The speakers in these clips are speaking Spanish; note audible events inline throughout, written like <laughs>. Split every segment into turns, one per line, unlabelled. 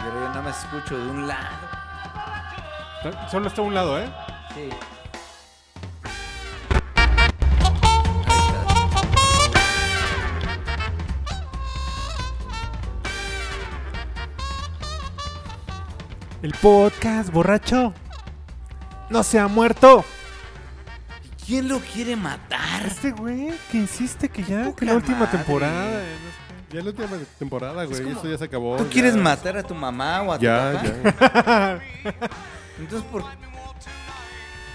Y ahora yo nada más escucho de un lado.
Solo está a un lado, ¿eh?
Sí.
El podcast borracho no se ha muerto.
¿Quién lo quiere matar?
Este güey que insiste que ya, que
Poca
la última
madre.
temporada. eh,
Ya la última temporada, güey.
Es como-
Esto ya se acabó.
¿Tú
ya.
quieres matar a tu mamá o a tu
Ya,
papá? <laughs>
ya.
Entonces, ¿por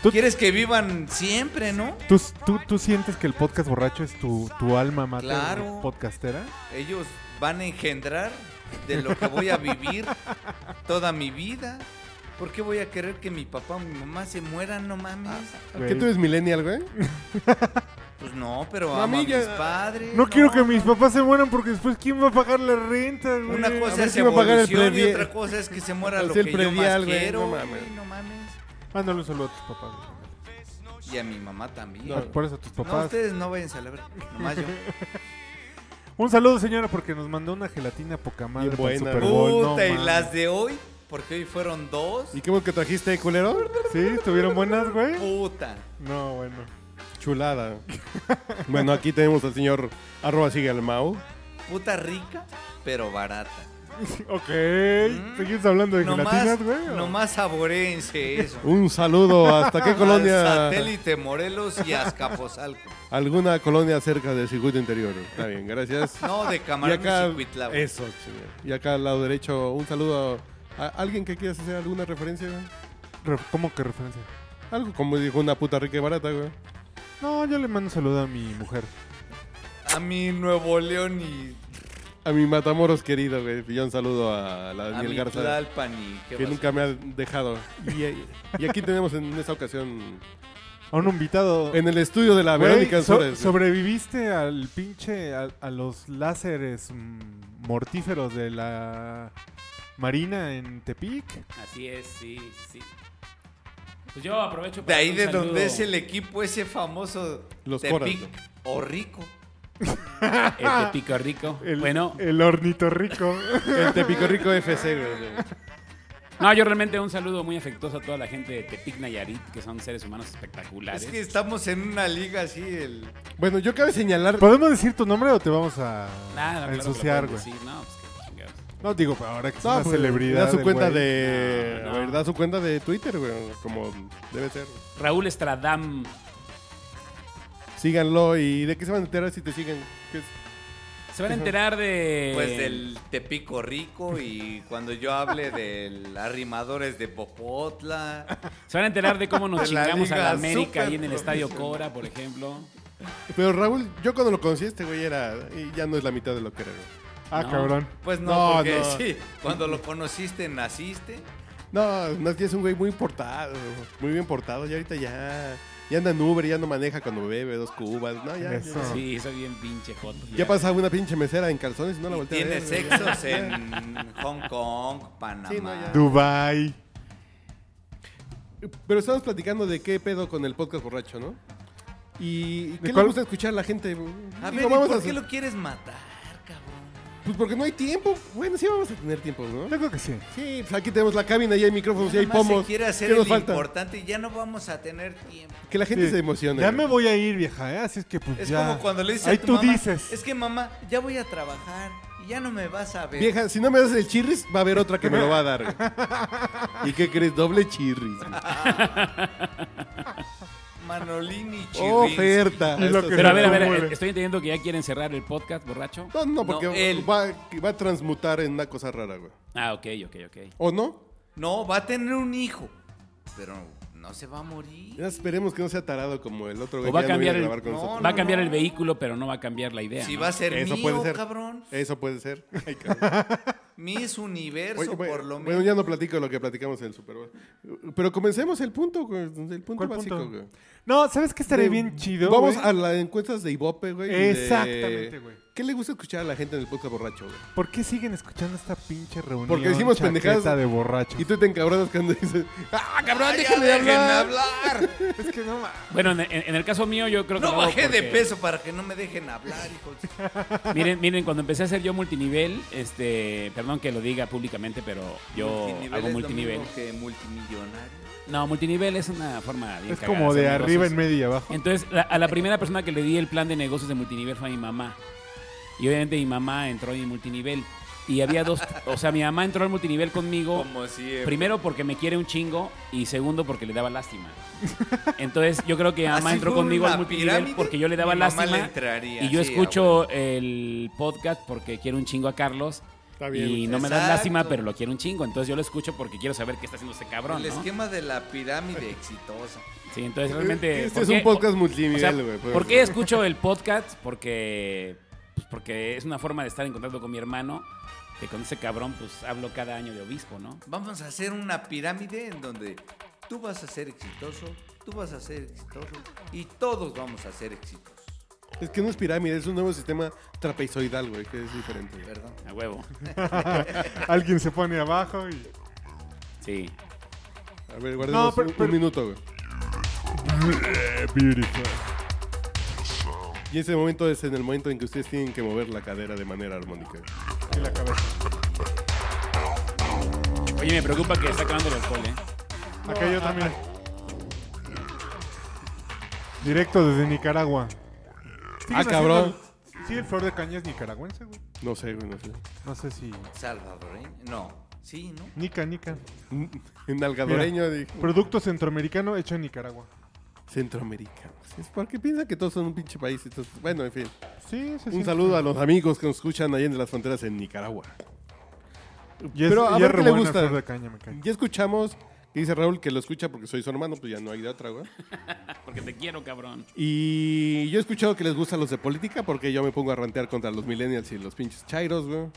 Tú-
¿Quieres que vivan siempre, no?
¿Tú, tú, tú sientes que el podcast borracho es tu, tu alma mater
Claro.
podcastera?
Ellos van a engendrar de lo que voy a vivir toda mi vida. ¿Por qué voy a querer que mi papá o mi mamá se mueran? No mames.
Güey.
¿Qué tú eres millennial, güey?
Pues no, pero
No, a
amo a
mí ya-
mis padres.
No quiero que mis papás se mueran porque después ¿quién va a pagar la renta, güey?
Una cosa
ver
es
si va a pagar el
evolución y
predial.
otra cosa es que se muera
<laughs> Así
lo
el
que yo más
predial, güey,
quiero.
no
güey,
mames.
no mames.
Mándale un saludo a tus papás. güey.
Y a mi mamá también.
No,
Ah, Por eso a tus
No,
papás.
ustedes no vayan a la verga. Nomás yo.
<laughs>
un saludo, señora, porque nos mandó una gelatina poca madre
Bien
para el
buena,
Super
güey.
Bowl. no
Puta, y
mames.
las de hoy, porque hoy fueron dos.
¿Y qué bueno que trajiste, culero?
¿Sí? ¿Estuvieron buenas, güey?
Puta.
No, bueno.
Chulada. Bueno, aquí tenemos al señor arroba sigue al Mau.
Puta rica, pero barata.
Ok.
Mm.
¿Seguimos hablando de gelatinas,
Nomás,
güey? o-
nomás saborense
<laughs>
eso.
Un saludo. ¿Hasta
<laughs>
qué
Al
colonia?
satélite Morelos y Azcapotzalco.
Alguna colonia cerca del circuito interior. Está bien, gracias.
No, de
Y
Camarón
acá,
y Chicuitlao.
eso, señor. Y acá al lado derecho, un saludo a alguien que quieras hacer alguna referencia, güey.
Re- ¿Cómo que referencia?
Algo como dijo una puta rica y barata, güey.
No, yo le mando un saludo a mi mujer.
A mi Nuevo León y
A mi Matamoros querido, güey. Y un saludo a la
a
Daniel
mi
Garza,
Tlalpan y qué
que
vas a-
nunca me ha
<laughs>
dejado. Y, y aquí tenemos en esta ocasión,
A un invitado.
en el estudio de la
Güey,
Verónica
so-
Suárez.
sobreviviste al pinche. A, a los láseres mm, mortíferos de la Marina en Tepic.
Así es, sí, sí. Pues yo aprovecho
De ahí
un
de
saludo.
donde es el equipo ese famoso
Los
Tepic
Coras,
o Rico.
El
<laughs>
Tepico Rico.
El,
Bueno,
El ornitorrico.
<laughs> El Tepico Rico FC, güey.
no, yo realmente un saludo muy afectuoso a toda la gente de Tepic Nayarit, que son seres humanos espectaculares.
Es que estamos en una liga así, el
Bueno, yo cabe señalar...
<laughs> ¿Podemos decir tu nombre o te vamos a,
Nada,
a
claro que lo
ensuciar,
pueden
güey?
decir, No, pues qué chingados.
No, digo, ahora que es
No,
una
pues,
celebridad.
Da su
el
cuenta
güey.
de...
No,
a
no.
ver, da su cuenta de Twitter, güey. Como debe ser.
Raúl Estradam.
Síganlo y de qué se van a enterar si te siguen. ¿Qué es?
Se van a enterar de.
Eh,
pues del Tepico Rico y cuando yo hable del Arrimadores de Popotla,
Se van a enterar de cómo
<laughs>
nos
De la
chingamos a la
liga
América ahí en el
superprofesional.
Estadio Cora, por ejemplo.
Pero Raúl, yo cuando lo conocí, este güey era... Y ya no es la mitad de lo que era, güey.
Ah,
No.
cabrón.
pues no,
No,
porque
no.
sí, cuando lo conociste naciste.
No, más que es un güey muy portado, muy bien portado. Ya ahorita ya, ya anda en Uber, ya no maneja cuando bebe dos cubas. No, ya,
Eso.
ya,
Sí, soy bien pinche foto.
ya pasa una pinche mesera en calzones y no la
Y
voltea. a
tiene
ver, güey.
sexos en Hong Kong, Panamá.
Sí, no, ya.
Dubai.
Pero estamos platicando de qué pedo con el podcast borracho, ¿no? ¿Y qué le
cuál?
gusta escuchar a la gente? güey?
A
Digo,
ver, ¿y
vamos
¿por
a-
qué lo quieres matar, cabrón?
Pues porque no hay tiempo. Bueno, sí vamos a tener tiempo, ¿no?
Yo creo que sí.
Sí, pues aquí tenemos la cabina, ya hay micrófonos, ya hay
Nada más
pomos.
se quiere hacer
¿Qué
el
nos falta?
importante y ya no vamos a tener tiempo.
Que la gente
Sí.
se emocione.
Ya me
güey.
voy a ir, vieja, ¿eh? Así es que pues
Es
ya.
como cuando le dices
Ahí
a tu
tú
mamá,
dices.
es que mamá, ya voy a trabajar y ya no me vas a ver.
Vieja, si no me das el chirris, va a haber otra que me lo va a dar. güey. ¿Y qué crees? Doble chirris. güey.
Manolini
Oh,
Chirris.
Oferta.
Y Oh, lo que
Pero a ver, a
Muy
ver, eh,
bien.
estoy entendiendo que ya quieren cerrar el podcast, borracho.
No, no, porque
No, él.
va, va a transmutar en una cosa rara, güey.
Ah, ok, ok, ok.
¿O no?
No, va a tener un hijo, pero no se va a morir.
Ya esperemos que no sea tarado como el otro güey.
O va
que
a
ya no viene
cambiar el-
grabar con
No,
nosotros.
Va a cambiar el vehículo, pero no va a cambiar la idea.
Si
¿no?
va a ser
Eso
mío,
puede ser.
cabrón.
Eso
<laughs>
puede ser. Ay, cabrón.
Mis universo,
Oye, bueno,
por lo
bueno,
menos.
ya no platico lo que platicamos en el Super Bowl. Pero comencemos el punto, güey. El punto
¿Cuál
básico,
punto?
güey.
No, ¿sabes qué estaría
De-
bien chido?
Vamos
güey?
a las encuestas de Ibope, güey. y de-
Exactamente, güey.
¿Qué le gusta escuchar a la gente en el podcast borracho, güey?
¿Por qué siguen escuchando esta pinche reunión?
Porque decimos
chaqueta
pendejadas.
de borracho.
Y tú te encabronas cuando dices, ¡Ah, cabrón,
¡Ay, ya
déjenme hablar! <laughs>
hablar!
Es que no ma-
Bueno, en, en- en el caso mío yo creo que...
No
lo hago
bajé de
porque-
peso para que no me dejen hablar, hijos.
<laughs> Miren, miren, cuando empecé a hacer yo multinivel, este, perdón que lo diga públicamente, pero yo hago
es lo
multinivel.
mismo que multimillonario.
No, multinivel es una forma bien
Es
cagada
como de
hacer
arriba
negocios.
en medio y abajo.
Entonces, la- a la primera persona que le di el plan de negocios de multinivel fue a mi mamá. Y obviamente mi mamá entró en multinivel. Y había dos, o sea, mi mamá entró al multinivel conmigo
Como eh, siempre.
Primero porque me quiere un chingo y segundo porque le daba lástima. Entonces yo creo que mi mamá
Así
entró
fue
conmigo
una
al multinivel
pirámide,
porque yo le daba
mi mamá
lástima.
le entraría,
y yo
sí,
escucho el podcast porque quiero un chingo a Carlos.
Está bien,
y
güey.
no me da
Exacto.
lástima, pero lo quiero un chingo. Entonces yo lo escucho porque quiero saber qué está haciendo ese cabrón.
El
¿no?
esquema de la pirámide exitosa.
Sí, entonces realmente.
Este
¿por
es
qué-
un podcast
o sea,
multinivel, güey. pues.
¿Por qué escucho el podcast? Porque, pues, porque es una forma de estar en contacto con mi hermano. Que con ese cabrón, pues hablo cada año de obispo, ¿no?
Vamos a hacer una pirámide en donde tú vas a ser exitoso, tú vas a ser exitoso y todos vamos a ser exitosos.
Es que no es pirámide, es un nuevo sistema trapezoidal, güey, que es diferente. güey.
Perdón.
A huevo.
Alguien se pone abajo y...
Sí.
A ver, guardemos
No, pero-
un- un,
pero-
minuto, güey. Y ese momento es en el momento en que ustedes tienen que mover la cadera de manera armónica.
Y la cabeza.
Oye, me preocupa que está acabando el alcohol, ¿eh?
Acá hay otra, mira. Directo desde Nicaragua. Siguen haciendo
cabrón.
el- Sí, el flor de caña es nicaragüense, güey.
No sé, güey, no sé. <laughs>
No sé si...
Salvadoreño. ¿eh? No. Sí, ¿no?
Nica, Nica.
En nalgadoreño, dije.
Producto centroamericano hecho en Nicaragua.
Centroamericano. Es porque piensa que todos son un pinche país. entonces, bueno, en fin.
Sí, sí, sí.
Un saludo a los amigos que nos escuchan allá en las fronteras en Nicaragua.
Y es,
Pero a
y es
ver qué
re
le
bueno el
gusta.
flor de caña, me cae.
Ya escuchamos, y dice Raúl que lo escucha porque soy su hermano, pues ya no hay de otra, güey.
Porque te quiero, cabrón.
Y yo he escuchado que les gustan los de política porque yo me pongo a rantear contra los millennials y los pinches chairos, güey.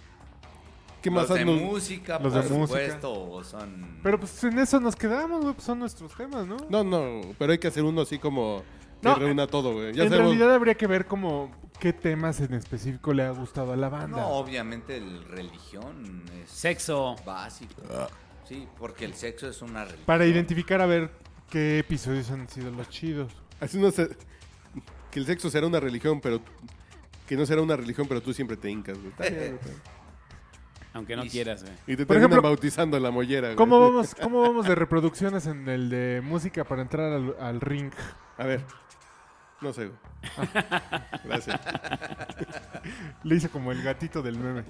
¿Qué
Los
más
de
ando-
música,
Los
por
de música.
supuesto, son...
Pero pues en eso nos quedamos, güey. pues, son nuestros temas, ¿no?
No, no, pero hay que hacer uno así como que
No,
reúna todo, güey. Ya
en
sabemos.
realidad habría que ver como qué temas en específico le ha gustado a la banda.
No, obviamente el religión es
Sexo.
básico. Sí, porque el sexo es una religión.
Ah. Para identificar a ver qué episodios han sido los chidos.
Así no se- que el sexo será una religión, pero que no será una religión, pero tú siempre te hincas, güey. Está bien, güey.
Aunque no
Y-
quieras, güey.
Y te
Eh, Por
terminan
ejemplo,
bautizando en la mollera, güey.
¿Cómo vamos, ¿Cómo vamos de reproducciones en el de música para entrar al, al ring?
A ver. No sé, güey. Gracias.
Le hice como el gatito del
<laughs>
meme.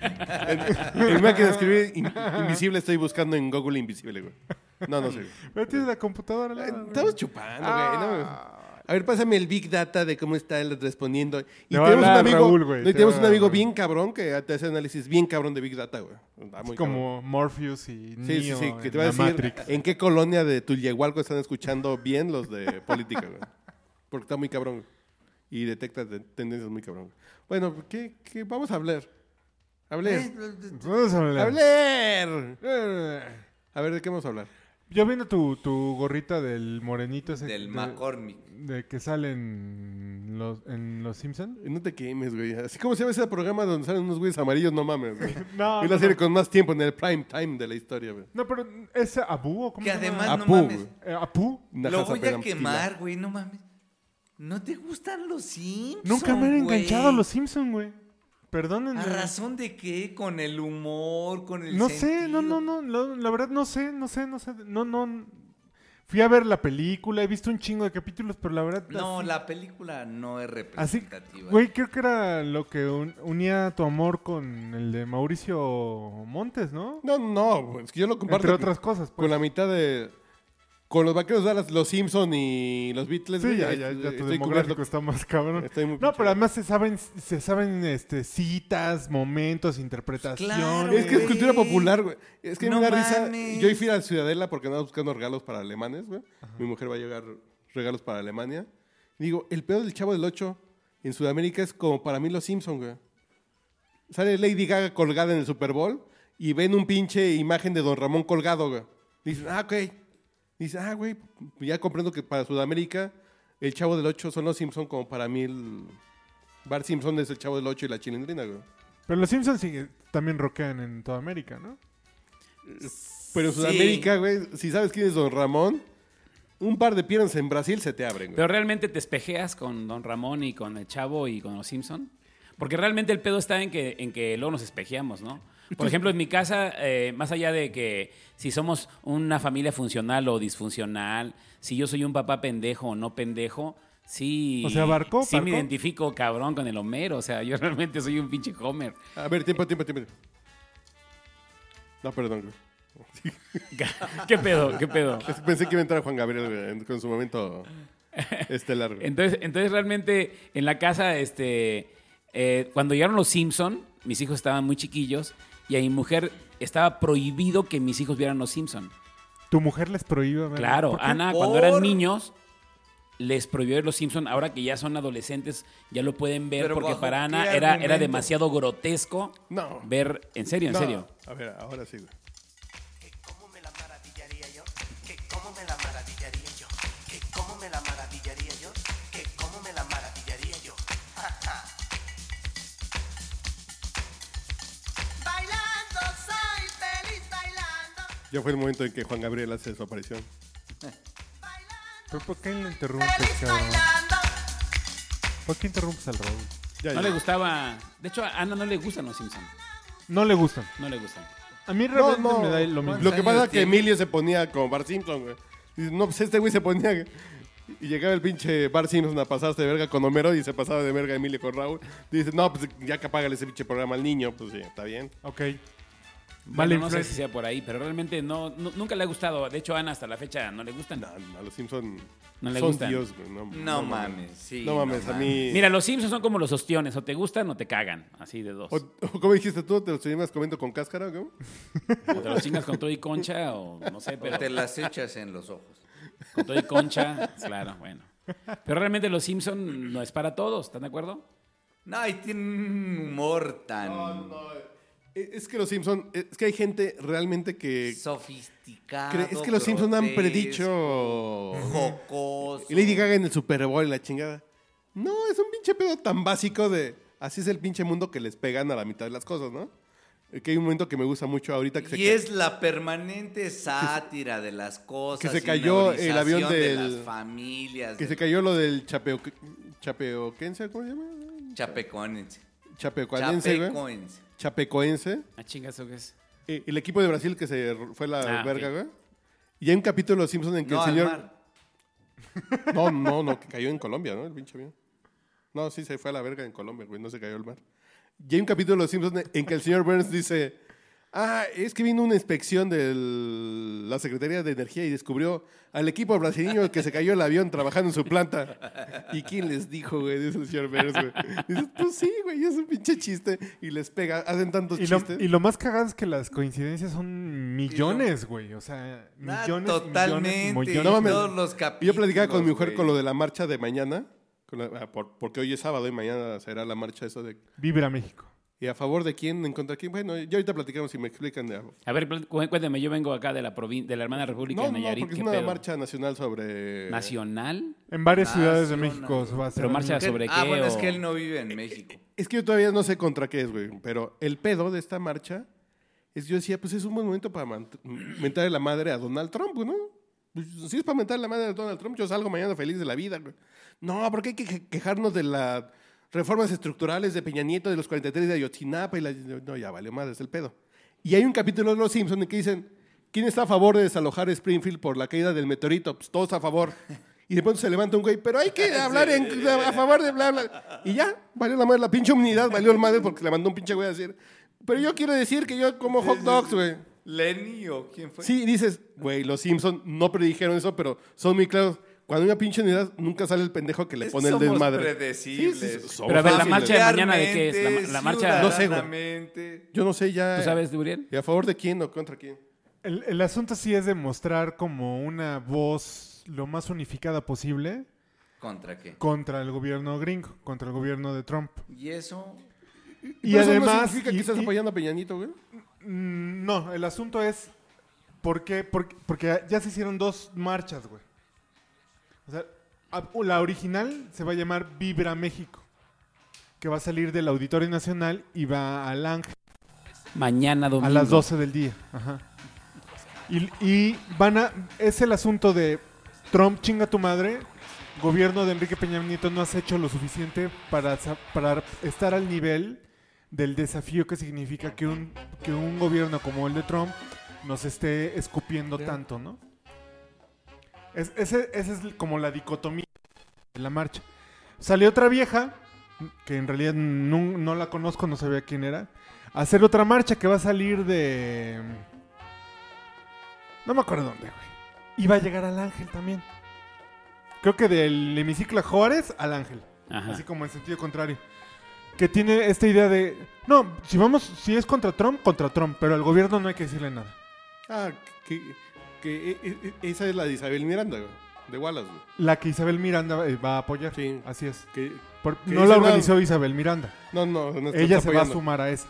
En, en máquina de escribir in- invisible estoy buscando en Google invisible, güey. No, no sé. güey. Eh,
Pero tienes la computadora. al lado, güey.
Estamos chupando, güey. no.
Ah.
A ver, pásame el big data de cómo está él respondiendo. Y
Te va a
tenemos un
hablar
amigo,
Raúl, güey,
no,
te va
y tenemos
a
un
hablar
amigo
Raúl.
bien cabrón que te hace análisis bien cabrón de big data, güey. Está muy
Es como Morpheus y
cabrón.
Neo
Sí, sí, sí, que
en
te va a
la
decir
Matrix.
en qué colonia de Tullehualco están escuchando bien los de política, güey. Porque está muy cabrón. güey. Y detecta te- tendencias muy cabrón. güey. Bueno, ¿qué, qué vamos a hablar? Hablar.
Eh,
Vamos a hablar.
Hablar.
eh,
A ver, ¿de qué vamos a hablar?
Yo viendo tu, tu gorrita del morenito ese.
Del
de-
McCormick.
De que salen los, en Los Simpsons.
No te quemes, güey. Así como se llama ese programa donde salen unos güeyes amarillos, no mames, güey.
<laughs> No,
es
no,
la serie
no.
con más tiempo en el prime time de la historia, güey.
No, pero es Abu o cómo
Que
se llama?
además, no
Apu,
mames,
güey.
Eh, ¿Apu?
lo
Najas
voy a
Apenamtila.
quemar, güey, no mames. ¿No te gustan los Simpsons,
Nunca me han enganchado
güey?
los Simpsons, güey. Perdónenme.
¿A razón de qué? ¿Con el humor? ¿Con el
No sé, no, no, no, la, la verdad no sé, no sé, no sé, no, no. Fui a ver la película, he visto un chingo de capítulos, pero la verdad...
No,
así-
la película no es representativa.
Así, güey, creo que era lo que un- unía tu amor con el de Mauricio Montes, ¿no?
No, no, güey. Es que yo lo comparto.
Entre otras cosas,
Con
pues.
la mitad de. Con los vaqueros Dallas, los Simpson y los Beatles.
Sí,
güey,
ya,
ahí
ya, ya tu
estoy
demográfico
cubierto.
está más cabrón.
Estoy muy
no,
pinche-
pero además se saben, se saben este, citas, momentos, interpretaciones.
Es que es
Güey.
cultura popular, güey. Es que
No
me da risa.
mames.
Yo fui a Ciudadela porque andaba buscando regalos para alemanes, güey. Mi mujer va a llegar regalos para Alemania. Digo, el pedo del Chavo del 8 en Sudamérica es como para mí los Simpson, güey. Sale Lady Gaga colgada en el Super Bowl y ven un pinche imagen de Don Ramón colgado, güey. Dicen, ah, ok. Dicen, ah, güey, ya comprendo que para Sudamérica el Chavo del 8 son los Simpson como para mí el, Bart Simpson es el chavo del 8 y la chilindrina, güey.
Pero los Simpsons sí, también rockean en toda América, ¿no?
Pero en
Sí.
Sudamérica, güey, si sabes quién es Don Ramón, un par de piernas en Brasil se te abren, güey.
Pero realmente te espejeas con Don Ramón y con el Chavo y con los Simpson. Porque realmente el pedo está en que, en que luego nos espejeamos, ¿no? <laughs> Por ejemplo, en mi casa, eh, más allá de que si somos una familia funcional o disfuncional, si yo soy un papá pendejo o no pendejo, sí.
O sea, ¿barcó?
Sí, me
¿Barcó?
identifico cabrón con el Homero. O sea, yo realmente soy un pinche Homer. <laughs>
A ver, tiempo, tiempo, tiempo. No, perdón, güey.
¿Qué pedo?
<laughs>
¿Qué pedo?
Es que Pensé que iba a entrar Juan Gabriel güey, en- con su
<laughs>
momento estelar, güey.
Entonces, entonces realmente en la casa, este, eh, cuando llegaron los Simpson, mis hijos estaban muy chiquillos y a mi mujer estaba prohibido que mis hijos vieran los Simpson.
Tu mujer les prohíbe ver.
Claro,
¿Por qué?
Ana cuando
Por-
eran niños les prohibió ver los Simpson. Ahora que ya son adolescentes ya lo pueden ver
Pero
porque
¿bajo
para
qué
Ana era, era
argumento?
demasiado grotesco
No.
ver. En serio, en
No.
serio.
A ver, ahora sí, güey.
que cómo me la maravillaría yo, que cómo me la maravillaría yo, que cómo me la maravillaría yo, que cómo me la maravillaría yo. bailando soy feliz bailando,
Ya fue el momento en que Juan Gabriel hace su aparición.
bailando,
¿Pero por qué le
feliz
interrumpes, cabrón?
bailando.
¿Por qué interrumpes al Raúl?
Ya,
No
ya.
le gustaba. De hecho, a Ana no le gustan los Simpson.
No le gustan.
No le gustan.
A mí
No,
realmente
no.
me da lo mismo.
Lo que
años
pasa es que
tiene?
Emilio se ponía como Bart Simpson, güey. Dice, no, pues este güey se ponía. Y llegaba el pinche Bart Simpson a pasarse de verga con Homero y se pasaba de verga Emilio con Raúl. Dice, no, pues ya que apágale ese pinche programa al niño, pues sí, está bien.
Ok.
Vale,
Vale,
no sé si
influencia.
sea por ahí, pero realmente no, nu- nunca le ha gustado. De hecho, a Ana hasta la fecha no le gustan.
No, a los Simpson
No le
son
gustan.
Dios, güey. No,
No mames, sí,
No
no
mames, a mí.
Mira, los Simpsons son como los ostiones, o te gustan o te cagan, así de dos.
O, o como dijiste tú, te los tenías comiendo con cáscara, güey.
O te los chingas con todo y concha, o no sé, pero
Pero te las echas en los ojos.
con todo y concha, claro, bueno. Pero realmente los Simpsons no es para todos, ¿están de acuerdo?
No, y tiene un humor tan
Eh, Es que los Simpson, es que hay gente realmente que
sofisticado.
cree- Eh, es que los Simpson han
grotesco,
predicho
Jocoso.
Y Lady Gaga en el Super Bowl y la chingada. No, es un pinche pedo tan básico de. Así es el pinche mundo que les pegan a la mitad de las cosas, ¿no? Eh, Que hay un momento que me gusta mucho ahorita que se,
Y es la permanente sátira de las cosas.
que se
y
cayó el avión
minorización de
del-
las familias.
que
de
se cayó lo del chapeo, chapeoquense, ¿cómo se llama?
los Chapecoense.
Chapecoense, güey.
Chapecoense.
Chapecoense.
Ah, chingas, ¿o qué es?
Eh, El equipo de Brasil que se r- fue a la
Ah,
verga,
ok.
güey. Y hay un capítulo de Los Simpsons en que
No,
el
al
señor.
mar.
No, no, no, que cayó en Colombia, ¿no? El pinche avión. No, sí, se fue a la verga en Colombia, güey, no se cayó al mar. Y hay un capítulo de Los Simpsons en que el señor Burns dice, ah, es que vino una inspección de la Secretaría de Energía y descubrió al equipo brasileño que se cayó el avión trabajando en su planta. ¿Y quién les dijo, güey? Dice el señor Burns, güey. Dice, pues sí, güey, es un pinche chiste. Y les pega, hacen tantos
Y lo,
chistes.
y lo más cagado es que las coincidencias son millones, güey. O sea,
Ah,
millones,
totalmente.
millones, millones.
No
mames.
Todos los
Y
capítulos.
yo platicaba con mi mujer
güey.
con lo de la marcha de mañana, con la- ah, por- porque hoy es sábado y mañana será la marcha esa de
Vibra México.
¿Y a favor de quién? ¿En contra de quién? Bueno, ya ahorita platicamos si me explican. De...
A ver, pl- cu- cuéntame, yo vengo acá de la provin- de la hermana república
No,
de
no,
Nayarit.
porque es
¿qué
una
pedo?
marcha nacional sobre...
¿Nacional?
En varias ciudades de
Nacional.
México se va a hacer.
Pero marcha
algo.
sobre
Ah,
qué,
bueno,
o-
es que él no vive en México.
Es que yo todavía no sé contra qué es, güey. Pero el pedo de esta marcha es, yo decía, pues es un buen momento para mant- mentarle la madre a Donald Trump, ¿no? Pues, si es para mentarle la madre a Donald Trump, yo salgo mañana feliz de la vida, güey. No, porque hay que que- quejarnos de las reformas estructurales de Peña Nieto, de los 43 de Ayotzinapa y la... No, ya valió madre, es el pedo. Y hay un capítulo de Los Simpson en que dicen, ¿quién está a favor de desalojar Springfield por la caída del meteorito? Pues todos a favor. Y de pronto se levanta un güey, pero
<laughs>
hay que hablar en- a favor de bla, bla. Y ya, valió la madre, la pinche unidad valió el madre porque le mandó un pinche güey a decir, pero yo quiero decir que yo como hot dogs, güey.
¿Lenny o quién fue?
Sí, dices, güey, los Simpson no predijeron eso, pero son muy claros. Cuando hay una pinche unidad, nunca sale el pendejo que le
Es
pone
que
el
somos
desmadre.
predecibles.
Sí, sí, somos
Pero a ver, la
predecibles.
marcha de mañana de qué es, la ma- la marcha-
No sé, güey.
Ciudadanamente.
Yo no sé ya.
¿Tú sabes, Duriel?
¿Y a favor de quién o contra quién?
El, el asunto sí es demostrar como una voz lo más unificada posible
¿Contra qué?
contra el gobierno gringo, contra el gobierno de Trump.
Y eso.
Y
Pero eso no
además-
significa
y-
que estás
y-
apoyando a Peñanito, güey?
Mm, No, el asunto es por qué, por- porque ya se hicieron dos marchas, güey. O sea, a- la original se va a llamar Vibra México, que va a salir del Auditorio Nacional y va al Ángel
Mañana domingo.
a las 12 del día. Ajá. Y, y van a. Es el asunto de Trump chinga tu madre. Gobierno de Enrique Peña Nieto no has hecho lo suficiente para, sa- para estar al nivel del desafío que significa que un, que un gobierno como el de Trump nos esté escupiendo tanto, ¿no? Es, ese- esa es como la dicotomía de la marcha. Salió otra vieja, que en realidad no, no la conozco, no sabía quién era, a hacer otra marcha que va a salir de... No me acuerdo dónde, güey. Y va a llegar al Ángel también. Creo que del hemiciclo Juárez al Ángel.
Ajá.
Así como en sentido contrario. Que tiene esta idea de... No, si vamos, si es contra Trump, contra Trump, pero al gobierno no hay que decirle nada.
Ah, que, que e- e- e- esa es la de Isabel Miranda, güey, de Wallace, güey.
La que Isabel Miranda eh, va a apoyar.
Sí.
Así es.
Que-
Por-
Que
no
dice,
la
"No,
organizó Isabel Miranda.
no, no, no está-
Ella se
está
va a
apoyando.
sumar a esa.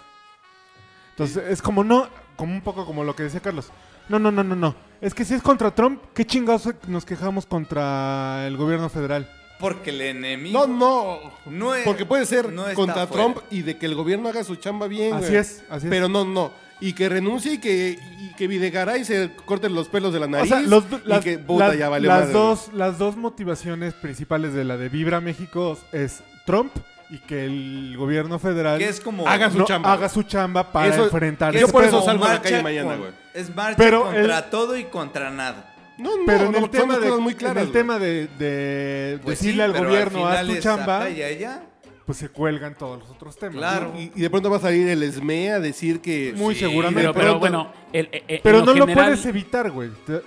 Entonces, es como no, como un poco como lo que decía Carlos. No, no, no, no, no. Es que si es contra Trump, ¿qué chingados nos quejamos contra el gobierno federal?
Porque el enemigo
No, no.
No es-
porque puede ser
no está
contra
fuera.
Trump y de que el gobierno haga su chamba bien.
Así
güey.
es, así es.
Pero no, no. Y que renuncie y que, y que Videgaray se corte los pelos de la
O
nariz.
sea, los do-
y
las,
que puta,
las-
ya valió
las
madre,
dos, las dos motivaciones principales de la de Vibra México es Trump y que el gobierno federal
que es como
Haga su
no
chamba.
haga su chamba para
Eso-
enfrentar
que
ese
Yo
es
por eso
pedo.
como
salgo a la
marcha
calle mañana,
con-
güey.
Es marcha
Pero
contra
el-
todo y contra nada.
güey. No, no,
pero en
no,
el
son
tema
dos
de,
cosas muy
en
claras,
el tema de, de
Pues sí,
decirle al
pero
gobierno
al
haz
final
tu
es
chamba,
acá y allá.
pues se cuelgan todos los otros temas.
Claro.
güey. Y, y de pronto va a salir el SME a decir que.
Muy seguramente.
Pero,
de
pero
pronto-
bueno, el- el- el-
Pero
en
no lo
general- <laughs>
puedes evitar, güey. Te-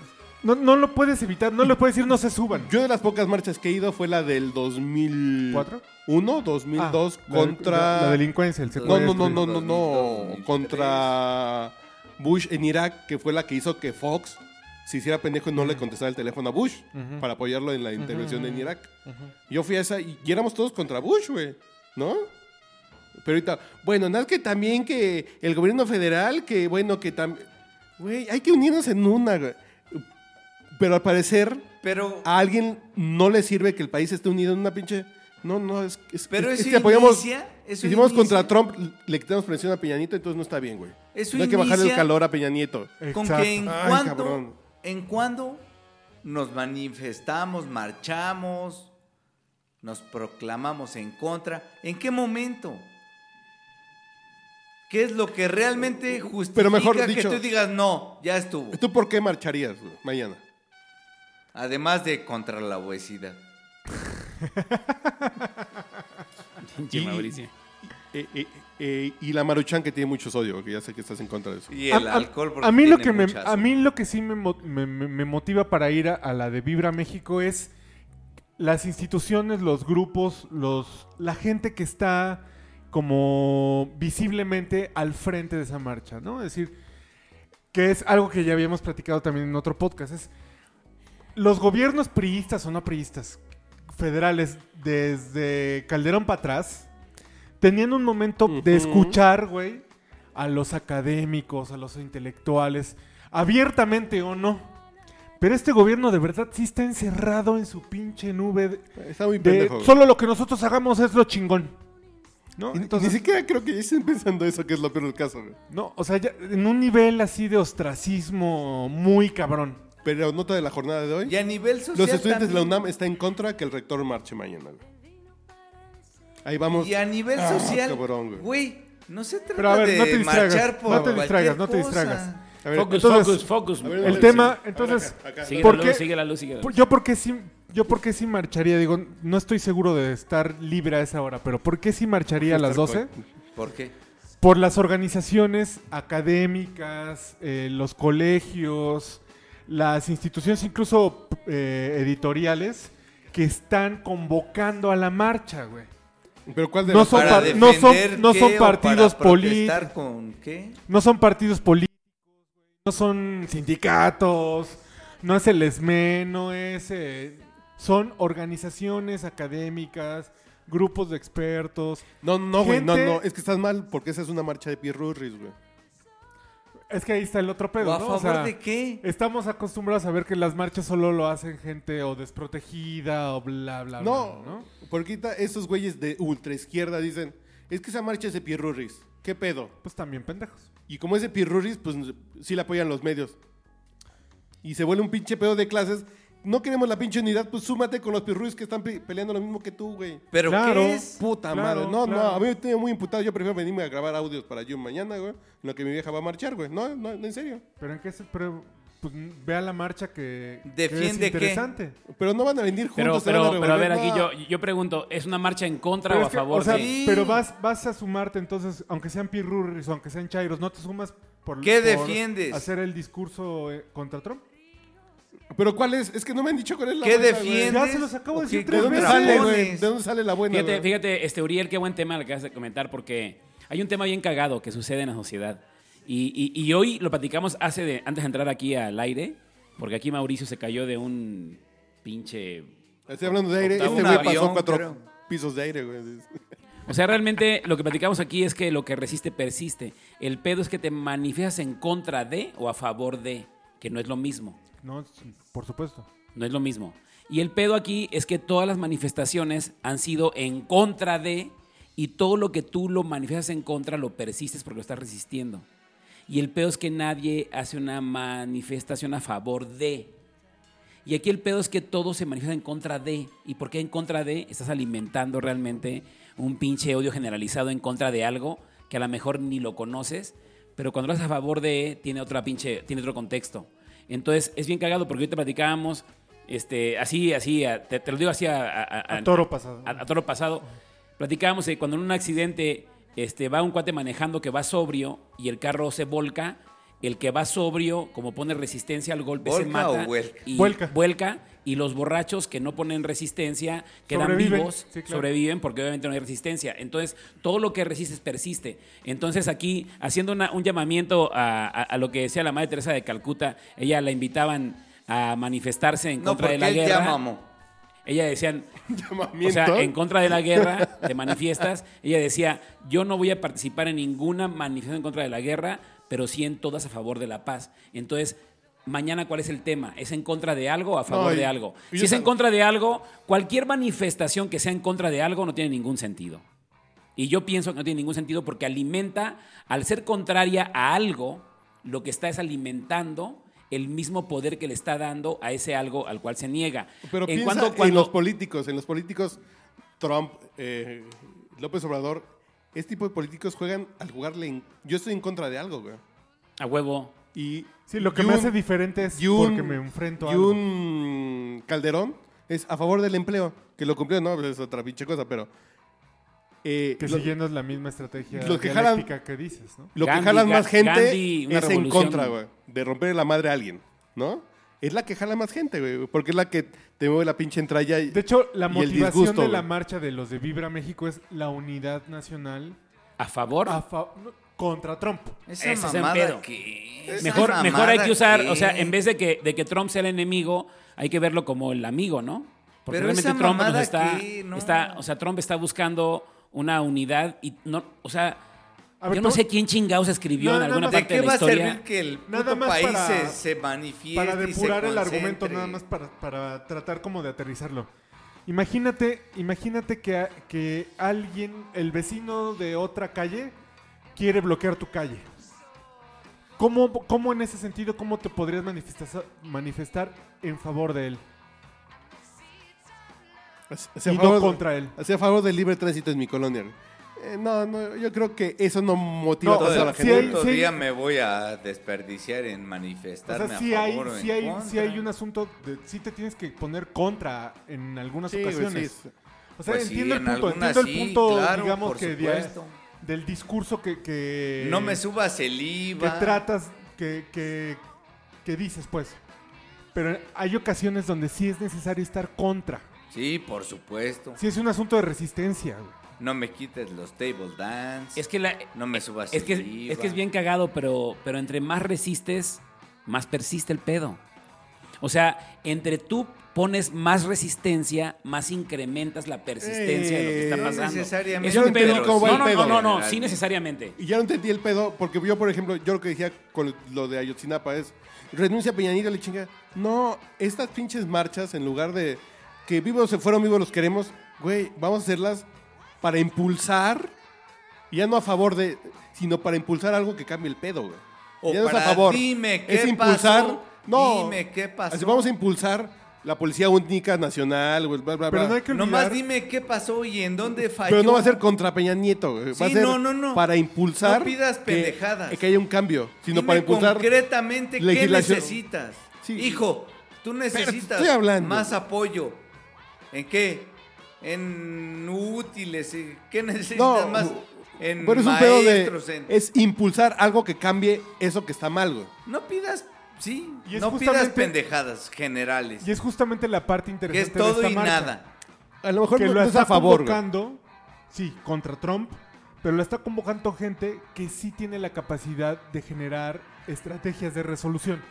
No, no lo puedes evitar, no le puedes decir no se suban.
Yo de las pocas marchas que he ido fue la del 2000.
¿Cuatro?
1, 2002
Ah, la-
contra.
La, la delincuencia, el
No,
secuestro.
no, no, no, no,
2002,
no. Contra Bush en Irak, que fue la que hizo que Fox se hiciera pendejo y no le contestara el teléfono a Bush para apoyarlo en la intervención en Irak. Yo fui a esa y, y éramos todos contra Bush, güey. ¿No? Pero ahorita, bueno, nada que también que el gobierno federal, que bueno, que también. Güey, hay que unirnos en una, güey. Pero al parecer,
Pero
a alguien no le sirve que el país esté unido en una pinche. No, no, es, es,
Pero
es
eso
que apoyamos.
inicia, eso
hicimos
inicia.
contra Trump, le quitamos presión a Peña Nieto, entonces no está bien, güey.
Eso
no hay que bajarle el
inicia-
calor a Peña Nieto.
con
Exacto.
que en
Ay,
cuando
cabrón.
en cuando nos manifestamos, marchamos, nos proclamamos en contra, ¿en qué momento? ¿Qué es lo que realmente justifica
mejor
que
dicho-
tú digas no, ya estuvo?
¿Tú por qué marcharías güey, mañana?
Además de contra la obesidad.
Pinche
Y-
Mauricio.
Eh, eh, eh, y la Maruchan que tiene mucho sodio, que ya sé que estás en contra de eso.
Y
A-
el
a-
alcohol porque
a mí lo
tiene
que me,
mucha
a mí
azúcar.
lo que sí me, mo- me- me- me motiva para ir a, a la de Vibra México es las instituciones, los grupos, los la gente que está como visiblemente al frente de esa marcha, ¿no? Es decir, que es algo que ya habíamos platicado también en otro podcast, es los gobiernos priistas o no priistas federales desde Calderón para atrás tenían un momento de escuchar, güey, a los académicos, a los intelectuales, abiertamente o no. Pero este gobierno de verdad sí está encerrado en su pinche nube de,
Está muy
de
pendejo. güey.
solo lo que nosotros hagamos es lo chingón. ¿No?
Y-
Entonces-
Ni siquiera creo que ya estén pensando eso, que es lo peor del caso, güey.
no, o sea, ya en un nivel así de ostracismo muy cabrón.
Pero nota de la jornada de hoy.
Y a nivel social
los estudiantes de la
también.
UNAM están en contra que el rector marche mañana, güey. Ahí vamos.
Y a nivel
Ah,
social,
cabrón, güey.
güey, no se trata
Pero a ver,
de
no te distraigas,
marchar por
no te distraigas,
cualquier
no te distraigas.
cosa.
A ver,
Focus,
entonces,
focus, focus.
a ver,
El
sí.
tema,
A ver,
entonces,
acá, acá.
Sigue
¿por
la
qué?
luz, sigue la luz, sigue la luz.
yo porque sí, yo porque sí marcharía, digo, no estoy seguro de estar libre a esa hora, pero ¿por qué sí marcharía a las 12?
¿Por qué?
Por las organizaciones académicas, eh, los colegios, las instituciones incluso p- eh, editoriales que están convocando a la marcha, güey.
Pero ¿cuál de
No
las-
son
¿Para
par- no son-
defender
no son
qué o para
partidos
protestar con qué?
No son partidos políticos, no son sindicatos, no es el ESME, no es... eh, son organizaciones académicas, grupos de expertos.
No, no, güey, no,
Gente-
no. Es que estás mal porque esa es una marcha de Pierre Rurris, güey.
Es que ahí está el otro pedo,
¿O a
¿no?
favor de qué?
Estamos acostumbrados a ver que las marchas solo lo hacen gente o desprotegida o bla, bla,
No,
bla. No.
porque ahorita esos güeyes de ultraizquierda dicen, es que esa marcha es de Pierrurris, ¿qué pedo?
Pues también pendejos.
Y como es de Pierrurris, pues sí la apoyan los medios. Y se vuelve un pinche pedo de clases. No queremos la pinche unidad, pues súmate con los Pierrurris que están pe- peleando lo mismo que tú, güey.
¿Pero
Claro.
qué es?
Puta
Claro,
madre. No,
claro.
no, a mí me tiene muy imputado. Yo prefiero venirme a grabar audios para yo mañana, güey. En lo que mi vieja va a marchar, güey. No, no, no, en serio.
Pero en qué se prueba. Pues vea la marcha que, que
¿Defiende qué?
es interesante.
Pero no van a venir
Pero,
juntos. se van
pero, pero a ver,
revolver,
aquí
no.
yo, yo pregunto, ¿es una marcha en contra
Pero,
o a
es que,
favor?
o sea,
de-
Sí.
pero vas, vas a sumarte entonces, aunque sean pirurris o aunque sean chairos, no te sumas por,
¿Qué
por
defiendes?
hacer el discurso eh, contra Trump.
Pero ¿cuál es? Es que no me han dicho cuál es la
¿Qué
buena, güey.
defiendes?
Ya se los acabo de
¿O
decir
qué-
¿De
tres
dónde
veces.
sale, güey?
corazones?
¿De dónde sale la buena,
Fíjate,
güey?
fíjate, este Uriel, qué buen tema el que acabas de comentar, porque hay un tema bien cagado que sucede en la sociedad. Y, y- y hoy lo platicamos hace de, antes de entrar aquí al aire, porque aquí Mauricio se cayó de un pinche.
Estoy hablando de aire.
Octavo
Este güey
avión,
pasó cuatro
creo.
pisos de aire, güey. <laughs>
O sea, realmente lo que platicamos aquí es que lo que resiste persiste. El pedo es que te manifiestas en contra de o a favor de, que no es lo mismo.
No, sí, por supuesto.
No es lo mismo. Y el pedo aquí es que todas las manifestaciones han sido en contra de y todo lo que tú lo manifiestas en contra lo persistes porque lo estás resistiendo. Y el pedo es que nadie hace una manifestación a favor de. Y aquí el pedo es que todo se manifiesta en contra de. ¿Y por qué en contra de? Estás alimentando realmente un pinche odio generalizado en contra de algo que a lo mejor ni lo conoces, pero cuando lo haces a favor de, tiene, otra pinche, tiene otro contexto. Entonces, es bien cagado porque hoy te platicábamos, este, así, así, a- te, te lo digo así a, a- a-
A toro pasado.
a, a toro pasado, platicábamos de cuando en un accidente este, va un cuate manejando que va sobrio y el carro se volca, el que va sobrio, como pone resistencia al golpe, se
¿Volca o
mata.
vuelca?
y
Vuelca.
vuelca, y los borrachos que no ponen resistencia, quedan
Sobreviven,
vivos,
sí, claro.
sobreviven porque obviamente no hay resistencia. Entonces, todo lo que resistes persiste. Entonces, aquí, haciendo una- un llamamiento a, a- a lo que decía la madre Teresa de Calcuta, ella la invitaban a manifestarse en
No,
contra
porque
de la
él
guerra.
ya mamó.
Ella decían, o sea, en contra de la guerra, te manifiestas. Ella decía, yo no voy a participar en ninguna manifestación en contra de la guerra, pero sí en todas a favor de la paz. Entonces, mañana, ¿cuál es el tema? ¿Es en contra de algo o a favor
No, y-
de algo?
y
Si es
esa-
en contra de algo, cualquier manifestación que sea en contra de algo no tiene ningún sentido. Y yo pienso que no tiene ningún sentido porque alimenta, al ser contraria a algo, lo que está es alimentando el mismo poder que le está dando a ese algo al cual se niega.
Pero
en
piensa
cuanto-
en
cuando-
los políticos. En los políticos, Trump, eh, López Obrador, este tipo de políticos juegan al jugarle... en- Yo estoy en contra de algo, güey.
A huevo.
Y
Sí, lo que
y
me
un-
hace diferente es
y un-
porque me enfrento a
Y
algo.
un Calderón es a favor del empleo. Que lo cumplió, no, es otra pinche cosa, pero... eh,
Que
lo-
siguiendo es la misma estrategia
los que jalan-
dialéctica que dices, ¿no?
Lo
Gandhi,
que jalan
Ga-
más gente
Gandhi, una
es en
revolución.
contra, güey. De romper la madre a alguien, ¿no? Es la que jala más gente, güey. Porque es la que te mueve la pinche entralla. Y,
De hecho, la
y el
motivación
disgusto,
de la
güey.
marcha de los de Vibra México es la unidad nacional
A favor.
a fa- contra Trump.
Ah, Esa
Ese es el
mamada
pedo.
que es.
mejor,
Esa
mejor hay
mamada
que usar,
que
o sea,
es.
en vez de que, de que Trump sea el enemigo, hay que verlo como el amigo, ¿no? Porque
Pero
realmente
esa
Trump nos
mamada
está,
que no.
está, o sea, Trump está buscando una unidad y no, o sea,
A ver,
yo no
tú-
sé quién chingados escribió
No,
en
nada
alguna
más-
¿De
parte
qué
de la
va a
historia.
servir que el
Nada
puto
más
país
para-
se, se manifieste?
Para
y se
depurar el argumento,
concentre?
nada más para, para tratar como de aterrizarlo. Imagínate, imagínate que, a- que alguien, el vecino de otra calle, quiere bloquear tu calle. ¿Cómo, cómo en ese sentido, cómo te podrías manifestar, manifestar en favor de él?
Hacia
y no
favor-
contra él.
hacia favor del libre tránsito en mi colonia. güey. Eh, no, no, yo creo que eso no motiva
No,
tanto
o sea,
a la
sí
Si
gente.
hay-
güey.
Otro
sí hay-
día me voy a desperdiciar en
O
manifestarme
sea, sí
a
hay,
favor o
sí
en
hay,
contra.
sí hay un asunto, de, sí te tienes que poner contra en algunas
Sí, güey, sí,
ocasiones.
es-
O sea,
Pues sí,
entiendo el
en
punto,
algunas
entiendo el
sí,
punto,
claro,
digamos
por
que dia-
supuesto.
del discurso que, que
No me subas el
que
IVA.
tratas, que, que, que dices, pues. Pero hay ocasiones donde sí es necesario estar contra.
Sí, por supuesto.
Sí es un asunto de resistencia, güey.
No me quites los table dance.
Es que la,
no me subas
es
el
que,
IVA.
es que es bien cagado, pero, pero entre más resistes, más persiste el pedo. O sea, entre tú pones más resistencia, más incrementas la persistencia de lo que
Eh,
está
no
pasando.
necesariamente,
Es un
pero
pedo.
sí. ¿Cómo va
No,
el
no,
pedo?
no, no, no,
General.
sí necesariamente.
Y ya no entendí el pedo, porque yo, por ejemplo, yo lo que decía con lo de Ayotzinapa es, renuncia a Peña Nieto, le chinga. No, estas pinches marchas, en lugar de que vivos se fueron, vivos los queremos, güey, vamos a hacerlas para impulsar, y ya no a favor de, sino para impulsar algo que cambie el pedo, güey.
O
ya no
para dime qué pasó,
no,
dime qué pasó.
así vamos a impulsar la Policía Única Nacional, güey, bla, bla,
Pero
bla.
no hay que olvidar...
Nomás dime qué pasó y en dónde falló.
Pero no va a ser contra Peña Nieto, güey. Va
Sí,
a ser
no, no, no.
para impulsar.
No pidas
que-
pendejadas.
Que, haya un cambio. Sino
Dime
para impulsar.
concretamente qué
legislación.
necesitas.
Sí.
Hijo, tú necesitas
estoy hablando.
más apoyo. ¿En qué? En útiles. ¿en ¿Qué necesitas
No,
más?
u-
En
pero es un pedo
maestros.
de.
en-
Es impulsar algo que cambie eso que está mal, güey.
No pidas, sí,
Y es
no pidas
justamente-
pendejadas generales.
Y es justamente la parte
que
interesante
es todo
de esta
y
marcha.
nada.
A lo mejor
que
no,
lo
no
está
está a favor, güey.
convocando, sí, contra Trump, pero lo está convocando gente que sí tiene la capacidad de generar estrategias de resolución.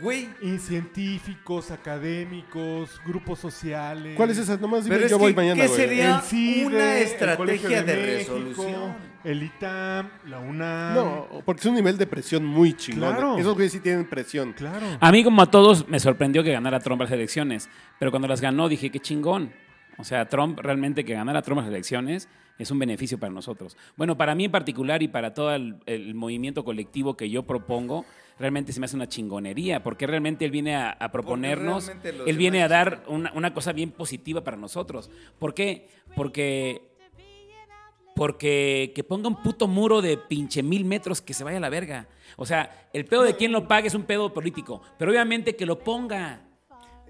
Güey,
Y científicos, académicos, grupos sociales.
¿Cuál es esa? Nomás dime,
Pero es
yo voy
que,
mañana,
¿qué
güey.
sería?
El CIDE,
Una
el
estrategia
Colegio
de
México,
resolución.
El ITAM, la UNAM.
No, porque es un nivel de presión muy chingón.
Claro.
Esos güeyes sí tienen presión.
Claro.
A mí, como a todos, me sorprendió que ganara Trump las elecciones. Pero cuando las ganó, dije, qué chingón. O sea, Trump realmente que ganara Trump las elecciones es un beneficio para nosotros. Bueno, para mí en particular y para todo el, el movimiento colectivo que yo propongo, realmente se me hace una chingonería, porque realmente él viene a, a proponernos,
realmente los
él viene a
demás-
dar una, una cosa bien positiva para nosotros. ¿Por qué? Porque porque que ponga un puto muro de pinche mil metros que se vaya a la verga. O sea, el pedo de quien lo pague es un pedo político. Pero obviamente que lo ponga.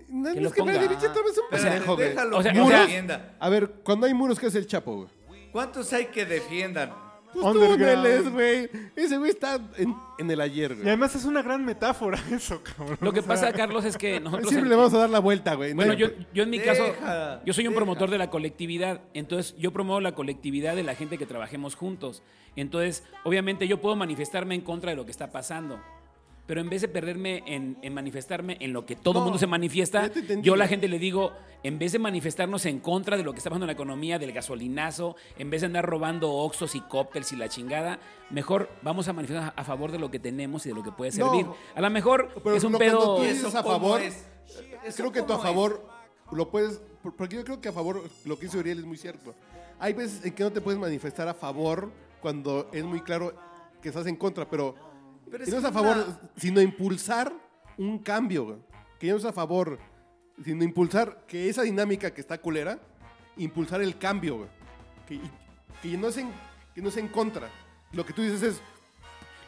No,
Que
no,
lo
es que me
ponga.
derecho otra vez un
Pero
pendejo, güey.
déjalo
O sea,
que
o sea-
defienda.
A ver, cuando hay muros, ¿qué es el chapo, güey?
¿Cuántos hay que defiendan?
Pues
Underground.
túneles, güey. Ese güey está en, en el ayer,
Y
güey.
además es una gran metáfora <laughs> eso, cabrón.
Lo que
O sea,
pasa, Carlos, es que <laughs> nosotros...
Siempre le vamos a dar la vuelta, güey. No
Bueno,
hay-
yo, yo en mi caso,
Deja,
yo soy un
deja.
promotor de la colectividad, entonces yo promuevo la colectividad de la gente que trabajemos juntos. Entonces, obviamente yo puedo manifestarme en contra de lo que está pasando, pero en vez de perderme en, en manifestarme en lo que todo el
No,
mundo se manifiesta,
ya te entendí.
yo a la gente le digo, en vez de manifestarnos en contra de lo que está pasando en la economía, del gasolinazo, en vez de andar robando oxos y cócteles y la chingada, mejor vamos a manifestar a favor de lo que tenemos y de lo que puede
No,
servir. a lo mejor
pero
es un
no, cuando
pedo...
tú
¿Y
dices
eso
a
cómo
favor?
es? ¿Eso
creo que tú a
cómo es?
favor lo puedes. por- Porque yo creo que a favor lo que dice Uriel es muy cierto. Hay veces en que no te puedes manifestar a favor cuando es muy claro que estás en contra, pero,
Pero
y
es
no es a
que
favor,
una-
sino impulsar un cambio. güey. Que ya no es a favor, sino impulsar que esa dinámica que está culera, impulsar el cambio. güey. Que, y- que no es en, que no es en contra. Lo que tú dices es.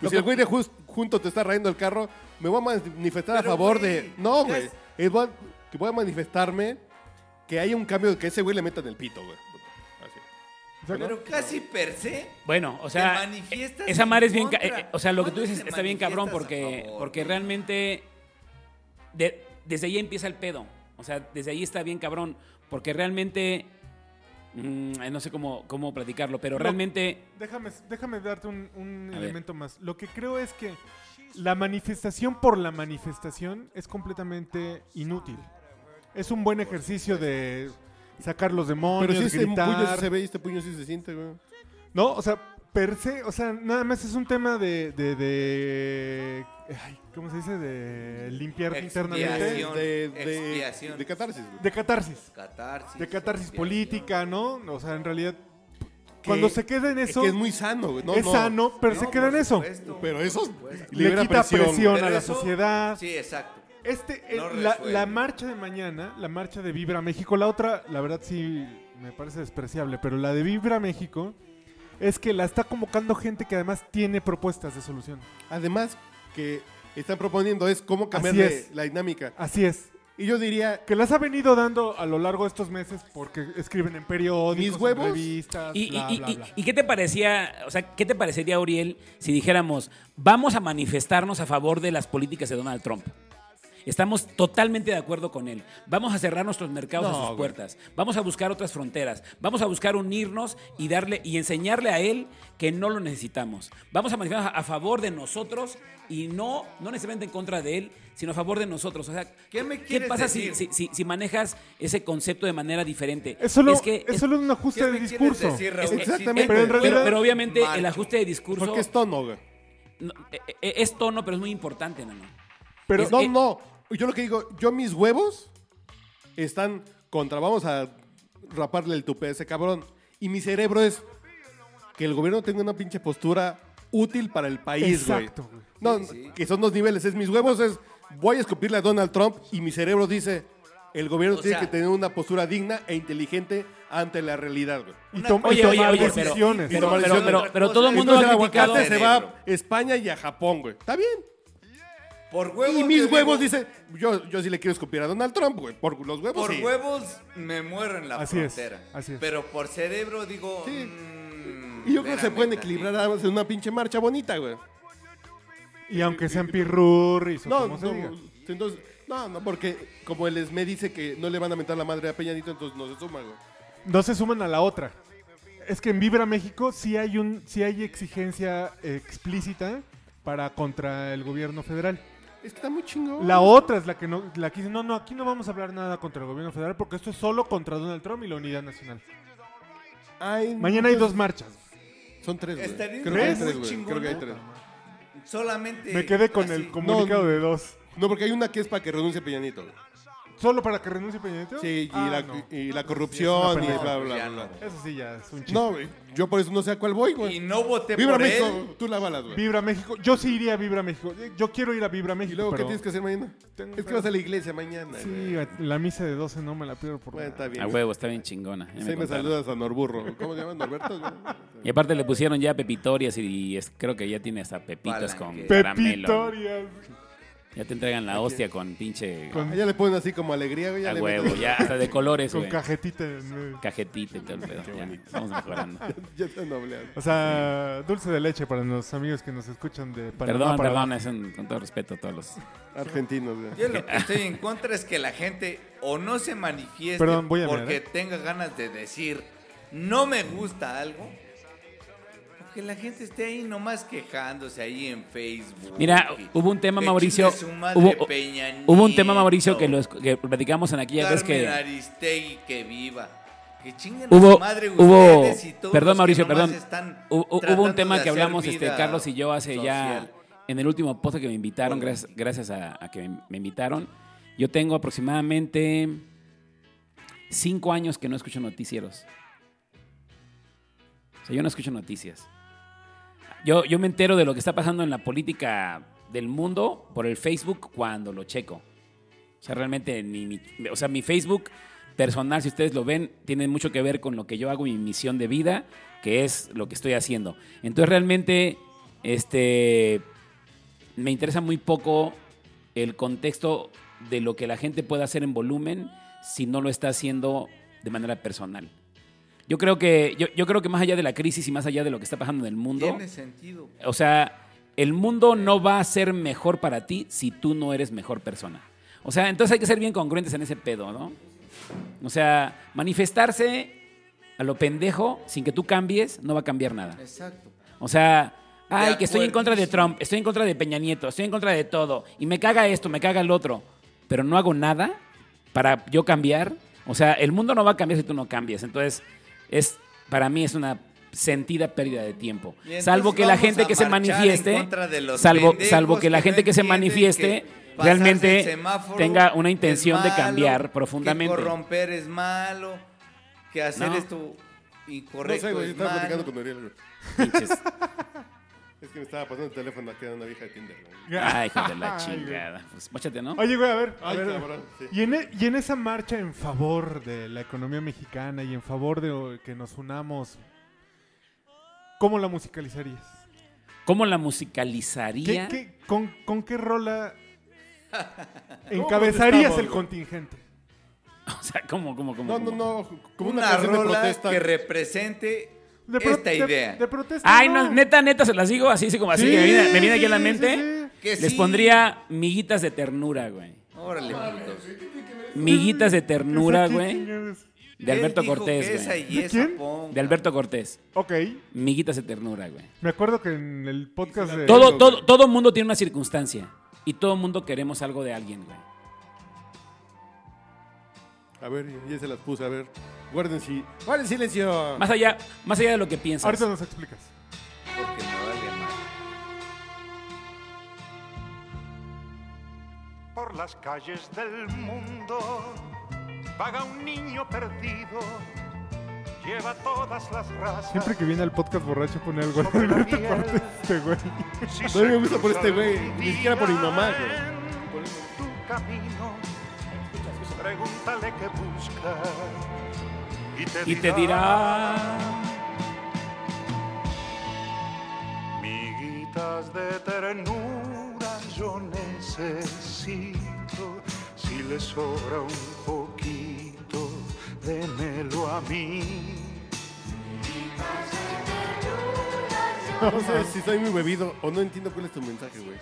Lo que el güey de jus- junto te está rayando el carro, me voy a manifestar
Pero,
a favor
güey,
de. No,
ya
güey.
es-
Es voy a- que voy a manifestarme que haya un cambio, que ese güey le metan el pito, güey. Así.
o sea,
Pero casi per se.
Bueno, o
Te
sea,
manifiestas
esa
en
madre es bien, ca-
contra.
eh, eh, o sea, lo que tú
¿Cuándo
dices
te
está bien cabrón
manifiestas a
porque
favor?
porque realmente de- desde ahí empieza el pedo. O sea, desde ahí está bien cabrón porque realmente mm, eh, no sé cómo cómo platicarlo, pero
No.
realmente
Déjame, déjame darte un, un
A ver.
elemento más. Lo que creo es que la manifestación por la manifestación es completamente inútil. Es un buen ejercicio de sacar los demonios,
Pero si este puño sí
gritar.
se ve y este puño sí se siente, güey.
No, o sea, per se, o sea, nada más es un tema de, de, de- ay, ¿cómo se dice? De limpiar internamente.
Expiación.
De, de,
Expiación.
de catarsis, güey.
De catarsis.
Catarsis.
De catarsis
expiación.
política, ¿no? O sea, en realidad,
Que-
cuando se queda en eso,
Que es muy sano, güey. No,
es
no.
sano, pero se
No,
queda en
por
eso.
supuesto,
Pero
por
eso
supuesto.
Le
libera
quita
presión,
presión,
güey.
a
Pero
la
eso-
sociedad.
Sí, exacto.
Este, el-
No
la,
resuelve.
la marcha de mañana, la marcha de Vibra México, la otra, la verdad sí me parece despreciable, pero la de Vibra México es que la está convocando gente que además tiene propuestas de solución.
Además, que están proponiendo es cómo cambiar
Así
la-
es. Ah,
la dinámica.
Así es.
Y yo diría,
Que las ha venido dando a lo largo de estos meses porque escriben en periódicos,
Mis huevos.
en revistas,
y,
bla,
y-
bla,
y-
bla.
y qué te parecía, o sea, qué te parecería Uriel si dijéramos, vamos a manifestarnos a favor de las políticas de Donald Trump? Estamos totalmente de acuerdo con él. Vamos a cerrar nuestros mercados
No,
a sus
güey.
puertas. Vamos a buscar otras fronteras. Vamos a buscar unirnos y darle y enseñarle a él que no lo necesitamos. Vamos a manifestarnos a- a favor de nosotros y no, no necesariamente en contra de él, sino a favor de nosotros. O sea,
¿Qué me
¿qué
quieres
pasa si-
decir?
si, si- si manejas ese concepto de manera diferente?
Es solo,
Es que
es
es-
solo un ajuste
¿Qué
de
me quieres
discurso.
decir,
es-
Raúl?
es-
Exactamente.
es-
Pero en realidad-
eh, pero obviamente el
Marco.
ajuste de discurso
Porque es tono, güey.
no, eh, eh, es tono, pero es muy importante, Nano.
Pero
Es-
no,
eh,
no. Yo lo que digo, yo mis huevos están contra. Vamos a raparle el tupé a ese cabrón. Y mi cerebro es que el gobierno tenga una pinche postura útil para el país, güey.
Exacto, güey.
No, que son dos niveles. Es mis huevos, es voy a escupirle a Donald Trump y mi cerebro dice. El gobierno
O
tiene
sea-
que tener una postura digna e inteligente ante la realidad, güey.
Y,
Una-
tom- y
Oye, oye,
tomar
oye, pero,
decisiones.
pero-
tomar
pero-
decisiones.
pero- pero todo el
Entonces,
mundo
Entonces el
ha criticado.
aguacate se va
Cerebro.
a España y a Japón, güey. Está bien.
Por huevos.
y mis
te
huevos,
digo,
dice, yo, yo sí le quiero escupir a Donald Trump, güey. Por los huevos.
Por
sí.
huevos me muero en la
Así es,
frontera.
así es.
Pero por cerebro digo.
Sí.
mm,
Y yo creo que se
espérame
pueden
tantito.
equilibrar nada más en una pinche marcha bonita, güey.
Y aunque sean pirurris o
No,
Pues como se
no,
diga.
entonces, no, no, porque como el ESME dice que no le van a mentar la madre a Peñanito, entonces no se suma, güey.
No se suman a la otra. Es que en Vibra México sí hay un sí hay exigencia explícita para contra el gobierno federal.
Es que está muy chingón.
La otra es la que no la que dice, "No, no, aquí no vamos a hablar nada contra el gobierno federal porque esto es solo contra Donald Trump y la Unidad Nacional."
Ay,
Mañana hay dos marchas.
Son tres, güey.
Estaría
Creo que hay
muy
tres, güey.
chingón,
Creo que hay
¿no?
tres.
Solamente.
Me quedé con
así.
el comunicado
Ah, No,
de dos.
No, porque hay una que es para que renuncie Peñanito, güey.
Solo para que renuncie Peña Nieto?
Sí, y,
Ah,
la,
no.
pues,
y la
una
corrupción y
pendejada.
bla,
Ya
bla,
no.
bla.
Eso sí ya es un chiste.
No, güey. Yo por eso no sé a cuál voy,
Y
güey.
no voté
Vibra
por
México,
él.
tú la balas, güey.
Vibra México. Yo sí iría a Vibra México. Eh, Yo quiero ir a Vibra México.
¿Y luego
pero-
qué tienes que hacer mañana?
Tengo
es que
pedo.
vas a la iglesia mañana.
Sí,
güey.
la misa de 12 no me la pierdo por
Bueno,
nada.
está bien.
A huevo, está bien chingona. ya me
Sí, me
contaron.
saludas a Norburro. ¿Cómo se llama Norberto? güey?
Y aparte le pusieron ya pepitorias y, y es- creo que ya tiene hasta pepitas con
Palanque.
caramelo.
Pepitorias.
Ya te entregan la hostia con pinche
Con-
Ah, ya le ponen así como alegría, güey. ya
Pues, a
le
huevo,
meten-
ya hasta de colores,
Con
güey.
cajetita en medio.
Cajetita y todo el pedo. ya, vamos <laughs> mejorando.
<laughs> Ya está nobleado.
O sea, dulce de leche para los amigos que nos escuchan de Panamá.
Perdón,
para <laughs>
perdón, es un- con todo respeto a todos los.
Argentinos, güey.
Yo lo que estoy en contra es que la gente o no se manifieste
Perdón, voy a
porque
mear, ¿eh?
tenga ganas de decir no me gusta algo. o Que la gente esté ahí nomás quejándose ahí en Facebook.
Mira,
Y-
hubo un tema,
que
Mauricio.
chingue su madre
Hubo,
Peña
hubo un tema, Mauricio,
Nieto.
que, lo es- que platicamos en aquella vez
Carmen
que.
Aristegui que viva. Que chinguen a
hubo,
su madre
hubo-
ustedes y todos los
perdón
que
Mauricio,
nomás
perdón,
están
Hu- hu- hubo
tratando
un tema
de
que
hacer
hablamos este
vida
Carlos y yo hace
social.
ya en el último podcast que me invitaron,
Hola.
gracias, gracias a, a que me invitaron. Yo tengo aproximadamente cinco años que no escucho noticieros. O sea, yo no escucho noticias. Yo, yo me entero de lo que está pasando en la política del mundo por el Facebook cuando lo checo. O sea, realmente ni mi, o sea, mi Facebook personal, si ustedes lo ven, tiene mucho que ver con lo que yo hago, mi misión de vida, que es lo que estoy haciendo. Entonces realmente este, me interesa muy poco el contexto de lo que la gente puede hacer en volumen si no lo está haciendo de manera personal. Yo creo que, yo, yo creo que más allá de la crisis y más allá de lo que está pasando en el mundo,
Tiene sentido.
o sea, el mundo no va a ser mejor para ti si tú no eres mejor persona. O sea, entonces hay que ser bien congruentes en ese pedo, ¿no? O sea, manifestarse a lo pendejo sin que tú cambies no va a cambiar nada.
Exacto.
O sea, ay,
De
que estoy en contra
pues.
de Trump, estoy en contra de Peña Nieto, estoy en contra de todo, y me caga esto, me caga el otro, pero no hago nada para yo cambiar. O sea, el mundo no va a cambiar si tú no cambias. Entonces, es, para mí es una sentida pérdida de tiempo.
Y entonces
Salvo que la
vamos
gente
a
que se
marchar en
manifieste,
contra de los
salvo,
pendejos
salvo que la
que
gente
no
que se
entienden
manifieste
que pasarse el
realmente
semáforo
tenga una
es
intención de
malo,
cambiar profundamente.
Que corromper es malo, que hacer
No.
esto
No
incorrecto
sé, güey.
es
Estaba platicando
malo.
con Uriel, güey.
Pinches-
<laughs> Es que me estaba pasando el teléfono aquí de una vieja de Tinder, güey.
Ay, hijo de
<laughs>
la
Ay, güey.
chingada. Pues móchate, ¿no?
Oye, güey, a ver. a
Ay,
ver.
cabrón. sí.
Y en, e- y en esa marcha en favor de la economía mexicana y en favor de o- que nos unamos, ¿cómo la musicalizarías?
¿Cómo la
¿Qué,
musicalizaría?
qué- con, con qué rola encabezarías
estamos,
el
güey?
contingente?
<laughs> O sea, ¿cómo, cómo, cómo?
No, no,
cómo?
no. Como una,
Una,
canción de
rola
protesta.
que represente
De pro-
esta
de-
idea.
De protesta.
<laughs> Ay, no, neta, neta, se las digo así, así como así.
Sí,
que me viene, me viene aquí a la
sí,
mente.
sí, sí.
Que
Les
sí.
pondría miguitas de ternura, güey.
Órale, putos.
Miguitas de ternura,
¿Esa qué
güey.
chingados?
De Alberto
Él dijo que
Cortés,
esa
güey.
y
¿De
esa,
quién?
ponga.
De Alberto Cortés.
Ok.
Miguitas de ternura, güey.
Me acuerdo que en el podcast de...
Todo, todo, todo mundo tiene una circunstancia. Y todo mundo queremos algo de alguien, güey.
A ver, ya se las puse, a ver. Guarden, si... guarden silencio.
Más allá, más allá de lo que piensas.
Ahorita nos explicas.
Porque me vale madre.
Por las calles del mundo vaga un niño perdido, lleva todas las razas.
Siempre que viene al podcast borracho pone algo de
Sobre la
Alberto
piel.
Cortés, este güey.
Si
No
se
me gusta por
cruza
este güey,
algún
ni siquiera por mi mamá, güey.
día en tu camino, pregúntale qué busca y te,
Y te dirá.
Miguitas de ternura yo necesito, si le sobra un poquito, démelo a mí.
No sé si estoy muy bebido o no entiendo cuál es tu mensaje, güey.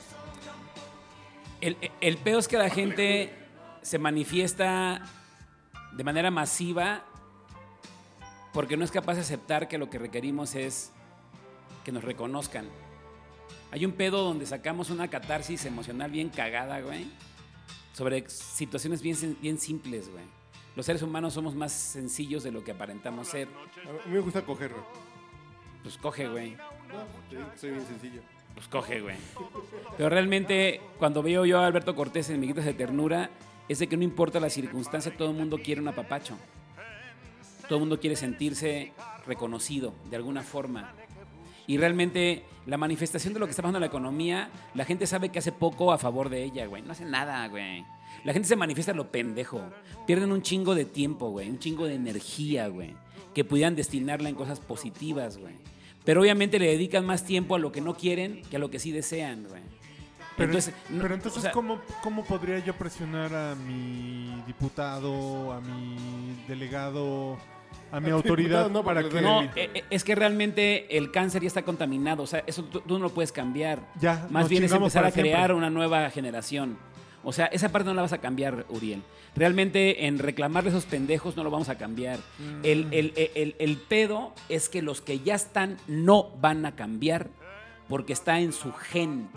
El, el peor es que la gente se manifiesta de manera masiva porque no es capaz de aceptar que lo que requerimos es que nos reconozcan. Hay un pedo donde sacamos una catarsis emocional bien cagada, güey, sobre situaciones bien, sen- bien simples, güey. Los seres humanos somos más sencillos de lo que aparentamos ser.
A mí me gusta coger, güey.
Pues coge, güey.
No, te digo que soy bien sencillo.
Pues coge, güey. Pero realmente, cuando veo yo a Alberto Cortés en Miguitas de Ternura, es de que no importa la circunstancia, todo el mundo quiere un apapacho. Todo el mundo quiere sentirse reconocido de alguna forma. Y realmente, la manifestación de lo que está pasando en la economía, la gente sabe que hace poco a favor de ella, güey. No hace nada, güey. La gente se manifiesta a lo pendejo. Pierden un chingo de tiempo, güey. Un chingo de energía, güey. Que pudieran destinarla en cosas positivas, güey. Pero obviamente le dedican más tiempo a lo que no quieren que a lo que sí desean, güey.
Pero
Entonces,
entonces,
no,
pero entonces
o sea,
¿cómo, ¿cómo podría yo presionar a mi diputado, a mi delegado, a mi autoridad
diputado no,
para
porque
que...
le
No,
duele.
eh, eh, es que realmente el cáncer ya está contaminado. O sea, eso tú, tú no lo puedes cambiar.
Ya,
Más
nos
bien es
chingamos
empezar
para
a crear
siempre.
una nueva generación. O sea, esa parte no la vas a cambiar, Uriel. Realmente en reclamarle a esos pendejos no lo vamos a cambiar.
Mm.
El, el- el- el- el pedo es que los que ya están no van a cambiar porque está en su gen.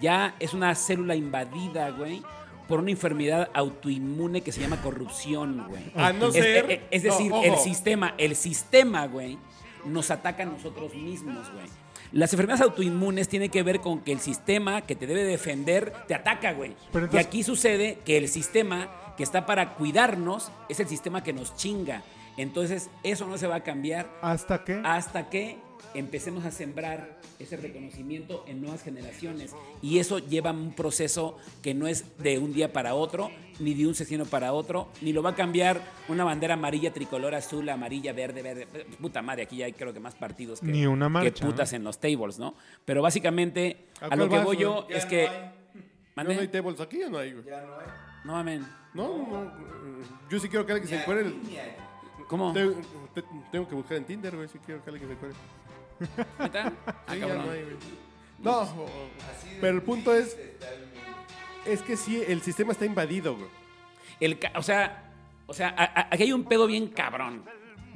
Ya es una célula invadida, güey, por una enfermedad autoinmune que se llama corrupción, güey.
Ah,
A no
Es-
ser-
Es, es decir,
no, ojo.
el sistema, el sistema, güey, nos ataca a nosotros mismos, güey. Las enfermedades autoinmunes tienen que ver con que el sistema que te debe defender te ataca, güey.
Pero
y
entonces-
aquí sucede que el sistema que está para cuidarnos es el sistema que nos chinga. Entonces, eso no se va a cambiar
¿Hasta qué?
hasta que empecemos a sembrar ese reconocimiento en nuevas generaciones. Y eso lleva a un proceso que no es de un día para otro, ni de un sesión para otro, ni lo va a cambiar una bandera amarilla, tricolor, azul, amarilla, verde, verde. Puta madre, aquí ya hay creo que más partidos que,
Ni una marcha,
que putas en los tables, ¿no? Pero básicamente,
¿A
a,
cuál
lo que
vas,
voy yo
Ya
es
no
que...
hay.
¿No,
¿Mande?
hay tables aquí o no hay, güey?
Ya no hay.
No mamen.
No, no, no. Yo sí quiero que alguien que se cuele.
Ni aquí,
¿Cómo?
Te- te- tengo que buscar en Tinder, güey, si quiero que alguien me cuele.
¿Neta? Ah,
<laughs> Sí, ya
cabrón.
no hay, güey. No, o- pero el punto es. Es que sí, el sistema está invadido, güey.
El ca- o sea, o sea a- a- aquí hay un pedo bien cabrón.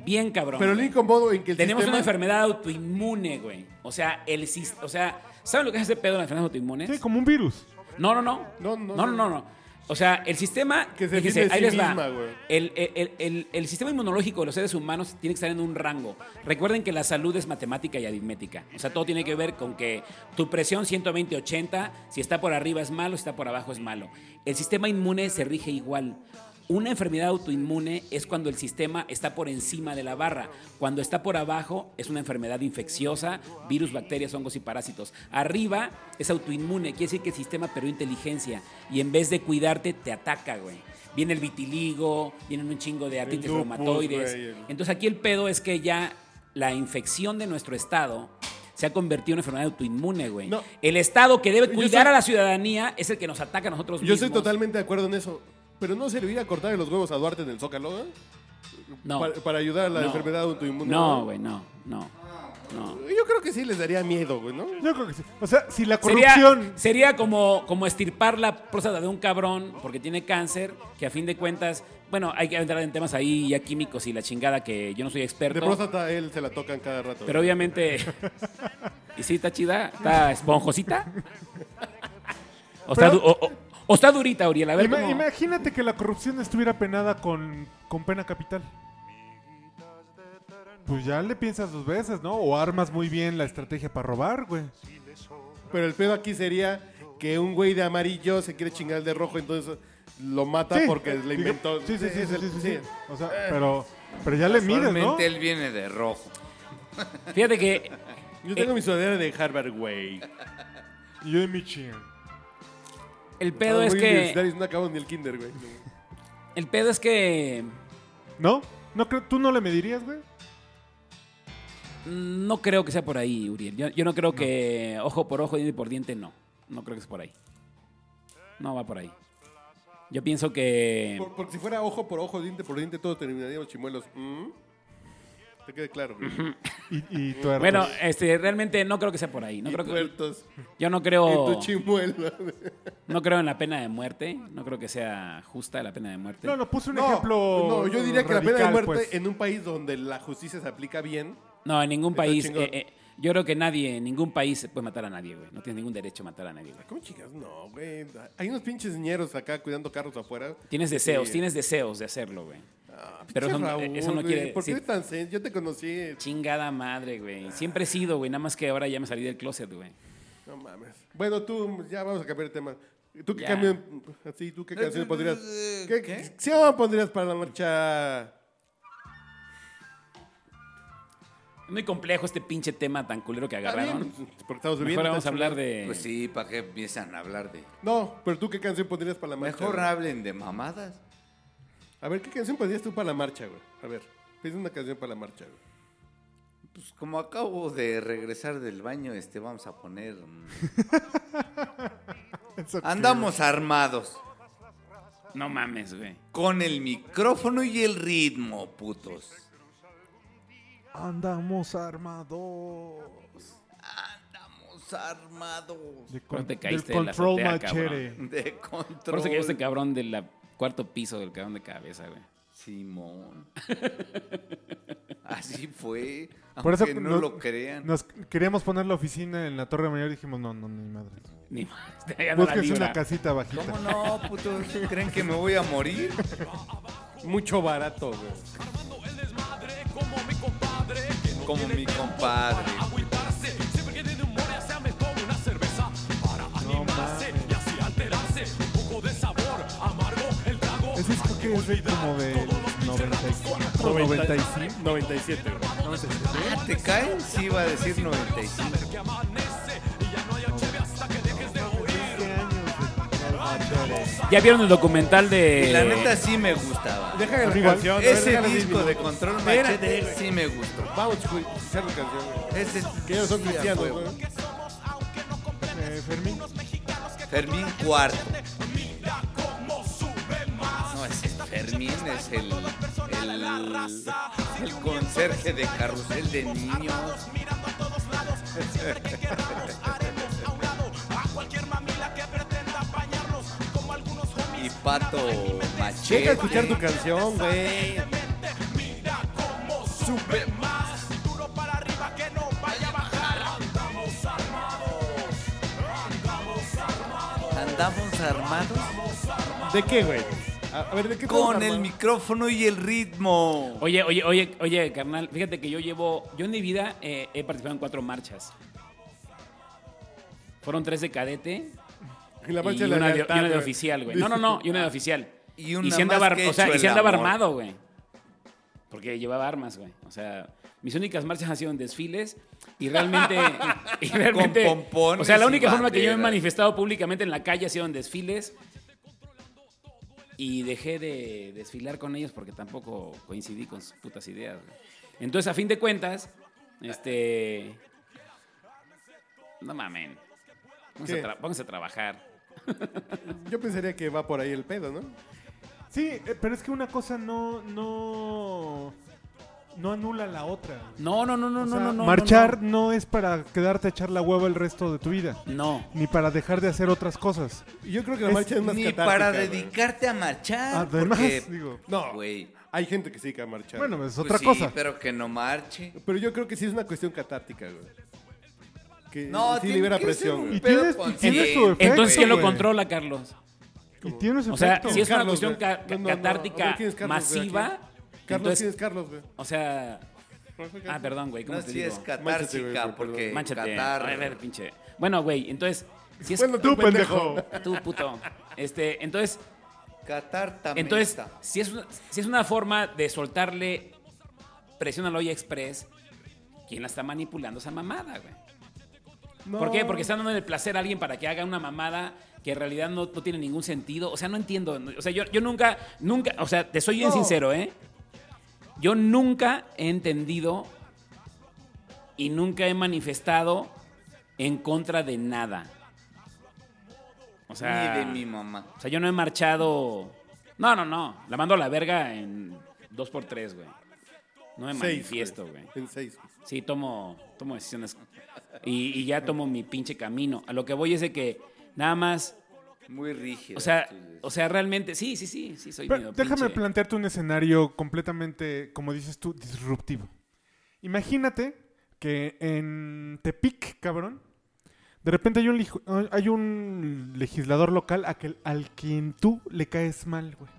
Bien cabrón.
Pero el
güey.
único modo en que el
Tenemos
sistema.
una enfermedad autoinmune, güey. O sea, el sis- o sea, ¿saben lo que es ese pedo de las enfermedades autoinmunes?
Sí, como un virus.
No, no, no.
No,
No,
no,
no, no.
no.
no. O sea, el sistema.
Que se
fíjense,
defiende de
ahí
sí
les va.
misma, güey.
El, el- el- el- el sistema inmunológico de los seres humanos tiene que estar en un rango. Recuerden que la salud es matemática y aritmética. O sea, todo tiene que ver con que tu presión 120-80, si está por arriba es malo, si está por abajo es malo. El sistema inmune se rige igual. Una enfermedad autoinmune es cuando el sistema está por encima de la barra. Cuando está por abajo es una enfermedad infecciosa, virus, bacterias, hongos y parásitos. Arriba es autoinmune, quiere decir que el sistema perdió inteligencia y en vez de cuidarte te ataca, güey. Viene el vitiligo, vienen un chingo de artritis
lupus,
reumatoides.
güey, el-
Entonces aquí el pedo es que ya la infección de nuestro estado se ha convertido en una enfermedad autoinmune, güey.
No.
El estado que debe
Yo
cuidar
soy-
a la ciudadanía es el que nos ataca a nosotros
Yo
mismos.
estoy totalmente de acuerdo en eso. Pero no serviría cortarle los huevos a Duarte en el Zócalo, güey.
No.
Para, para ayudar a la
No.
enfermedad autoinmune.
No, güey, no, no. No.
Yo creo que sí les daría miedo, güey, ¿no?
Yo creo que sí. O sea, si la
Sería,
corrupción.
sería como, como estirpar la próstata de un cabrón porque tiene cáncer, que a fin de cuentas, bueno, hay que entrar en temas ahí ya químicos y la chingada que yo no soy experto.
De próstata él se la tocan cada rato.
Pero obviamente. ¿Y sí está chida? ¿Está esponjosita? ¿O está, du- o- o- o está durita, Uriel? A ver
Ima-
cómo-
Imagínate que la corrupción estuviera penada con, con pena capital. Pues ya le piensas dos veces, ¿no? O armas muy bien la estrategia para robar, güey.
Pero el pedo aquí sería que un güey de amarillo se quiere chingar el de rojo, entonces lo mata porque le
digo,
inventó.
Sí, sí, sí,
es
sí,
el-
sí, sí.
sí.
O sea, pero, pero ya le mides, ¿no?
Solamente él viene de rojo.
Fíjate que.
Yo
Eh,
tengo mi sudadera de Harvard, güey.
Y yo de mi chinga.
El pedo es
Muy
que.
universitarios, No acabamos ni el kinder, güey.
El pedo es que.
¿No? ¿No creo, ¿Tú no le medirías, güey?
No creo que sea por ahí, Uriel. Yo, yo no creo que ojo por ojo, diente por diente, no. No creo que sea por ahí. No va por ahí. Yo pienso que.
Por- porque si fuera ojo por ojo, diente por diente, todo terminaríamos chimuelos. ¿Mm? Te quede claro.
Y, y tu hermano.
Bueno, este, realmente no creo que sea por ahí. No
Y
creo que,
puertos.
yo no
Y
creo.
tu chimuelo.
No creo en la pena de muerte. No creo que sea justa la pena de muerte.
No, no, puse un ejemplo.
no, yo diría que la pena de
radical,
muerte
pues.
en un país donde la justicia se aplica bien.
No, en ningún
Está
país.
chingón.
eh, eh, yo creo que nadie, en ningún país se puede matar a nadie, güey. No tienes ningún derecho a matar a nadie, güey.
¿Cómo chicas? No, güey. Hay unos pinches niñeros acá cuidando carros afuera.
Tienes deseos,
Sí. Ah,
tienes deseos de hacerlo, güey.
Pinche
Pero eso, no-
Raúl,
eso no
güey,
quiere
¿Por qué eres
decir.
tan sen- Yo te conocí.
Chingada madre, güey. Siempre he sido, güey. Nada más que ahora ya me salí del closet, güey.
No mames. Bueno, tú, ya vamos a cambiar de tema. ¿Tú qué
Ya.
cambio? Así, ¿tú qué canción pondrías?
eh,
¿Qué,
¿qué?
canción pondrías para la marcha?
Es muy complejo este pinche tema tan culero que
Está bien, pues,
agarraron.
Porque estamos
Mejor
viviendo.
vamos a
está
hablar
chingón.
de.
Pues sí, ¿para qué empiezan a hablar de...?
No, pero tú qué canción pondrías para la marcha.
Mejor
güey?
hablen de mamadas.
A ver, ¿qué canción pondrías tú para la marcha, güey? A ver, piensa una canción para la marcha, güey.
Pues como acabo de regresar del baño, este, vamos a poner...
<laughs>
mm, Andamos armados.
No mames, güey.
Con el micrófono y el ritmo, putos.
Andamos armados.
Andamos
<laughs>
armados.
De
Pero te
del
caíste de la
control
azotea,
machere.
De control.
Por eso que este cabrón del la- cuarto piso del cabrón de cabeza, güey.
Simón. Así fue. Aunque
Por eso
no,
nos-
lo crean.
Nos queríamos poner la oficina en la Torre Mayor y dijimos, no, no, ni madre.
Ni más. <laughs> Ya no la
Búsquense
libra.
una casita bajita.
¿Cómo no, putos? ¿Creen que me voy a morir?
Mucho barato, güey.
Como mi compadre.
No mames. Ese disco que es de como de 94, 95.
97, güey.
Ah, ¿Te caen? Sí, iba a decir 95.
¿Ya vieron el documental
Y
de.
la neta sí me gustaba.
Eh. Deja la
Igual,
canción. güey,
Ese
deja la
disco
canción.
de control
Espérate,
machete
güey.
sí me gustó.
Vamos, güey, escuchar la canción, güey.
Ese
Que ellos son
sí, a
cristianos,
huevo.
güey.
Eh, Fermín.
Fermín Cuarto. No, ese Fermín es el, el, el conserje de carrusel de niños. <laughs> Y Pato
Deja
Machete.
escuchar tu canción, güey.
Andamos armados
¿De qué, güey? A, a ver, ¿de qué
con
estamos
el
armando?
micrófono y el ritmo.
Oye, oye, oye, oye, carnal, fíjate que yo llevo, yo en mi vida eh, he participado en cuatro marchas. Fueron tres de cadete
Y la
y
marcha de la
una, de, y
lealtad,
una de
güey. "Ah,
oficial, güey. No, no, no, y una de oficial.
Y una
sí andaba,
más
ar-
que
o sea,
hecho
y sí
el
andaba
amor.
armado, güey. Porque llevaba armas, güey. O sea, mis únicas marchas han sido en desfiles
<laughs>
y realmente... y realmente-
Con pompones
o sea, la
y
única forma que yo me he
banderas.
manifestado públicamente en la calle ha sido en desfiles. Y dejé de desfilar con ellos porque tampoco coincidí con sus putas ideas. güey. Entonces, a fin de cuentas, este... No mamen. Pónganse
¿Qué?
a, tra- pónganse a trabajar.
Yo pensaría que va por ahí el pedo, ¿no?
Sí, eh, pero es que una cosa no, no, no anula la otra.
No, no, no, no,
O
no,
sea,
no, no.
marchar no, es para quedarte a echar la hueva el resto de tu vida,
No.
ni para dejar de hacer otras cosas.
Yo creo que la
Es-
marcha es más
Ni
catártica,
para
güey.
dedicarte a marchar.
Además,
porque- pues,
digo,
No,
Güey.
hay gente que sí que marcha.
bueno, es
pues
otra
sí,
cosa.
pero que no marche.
Pero yo creo que sí es una cuestión catártica, güey. Que
No,
sí
tiene
libera
que
presión,
ser un
güey.
Y
Pero
tienes-
consciente,
y tiene su efecto,
Entonces, ¿quién lo
güey.
controla, Carlos?
Y tiene su
O sea,
efecto.
si es una
Carlos,
cuestión
güey.
ca-
No, no, no. A
catártica
ver, ¿quién es Carlos, güey,
masiva,
aquí? Carlos,
entonces,
¿quién es Carlos, güey?
o sea... Ah, perdón, güey, ¿cómo
No,
te
si
digo?
es
Mánchate, güey,
catársica,
perdón.
porque
Mánchate.
catar-
A ver, pinche. Bueno, güey, entonces... Si es
Bueno, tú, pendejo.
Tú, puto. Este, entonces,
catar también
entonces
está.
si, es una, si es una forma de soltarle presión al olla express, ¿quién la está manipulando esa mamada, güey? ¿Por qué? Porque están dando el placer a alguien para que haga una mamada que en realidad no, no tiene ningún sentido. O sea, no entiendo. O sea, yo, yo nunca, nunca, o sea, te soy bien sincero, ¿eh? Yo nunca he entendido y nunca he manifestado en contra de nada. O sea,
Ni de mi mamá.
o sea, yo no he marchado. No, no, no. La mando a la verga en dos por tres, güey. No me
Seis,
manifiesto, güey.
En seis. güey.
Sí, tomo, tomo decisiones. Y, y ya tomo mi pinche camino. A lo que voy es de que nada más.
Muy rígido.
O sea, o sea realmente. Sí, sí, sí, sí, soy
Pero
medio
déjame
pinche.
plantearte un escenario completamente, como dices tú, disruptivo. Imagínate que en Tepic, cabrón, de repente hay un, lij- hay un legislador local a que- al quien tú le caes mal, güey.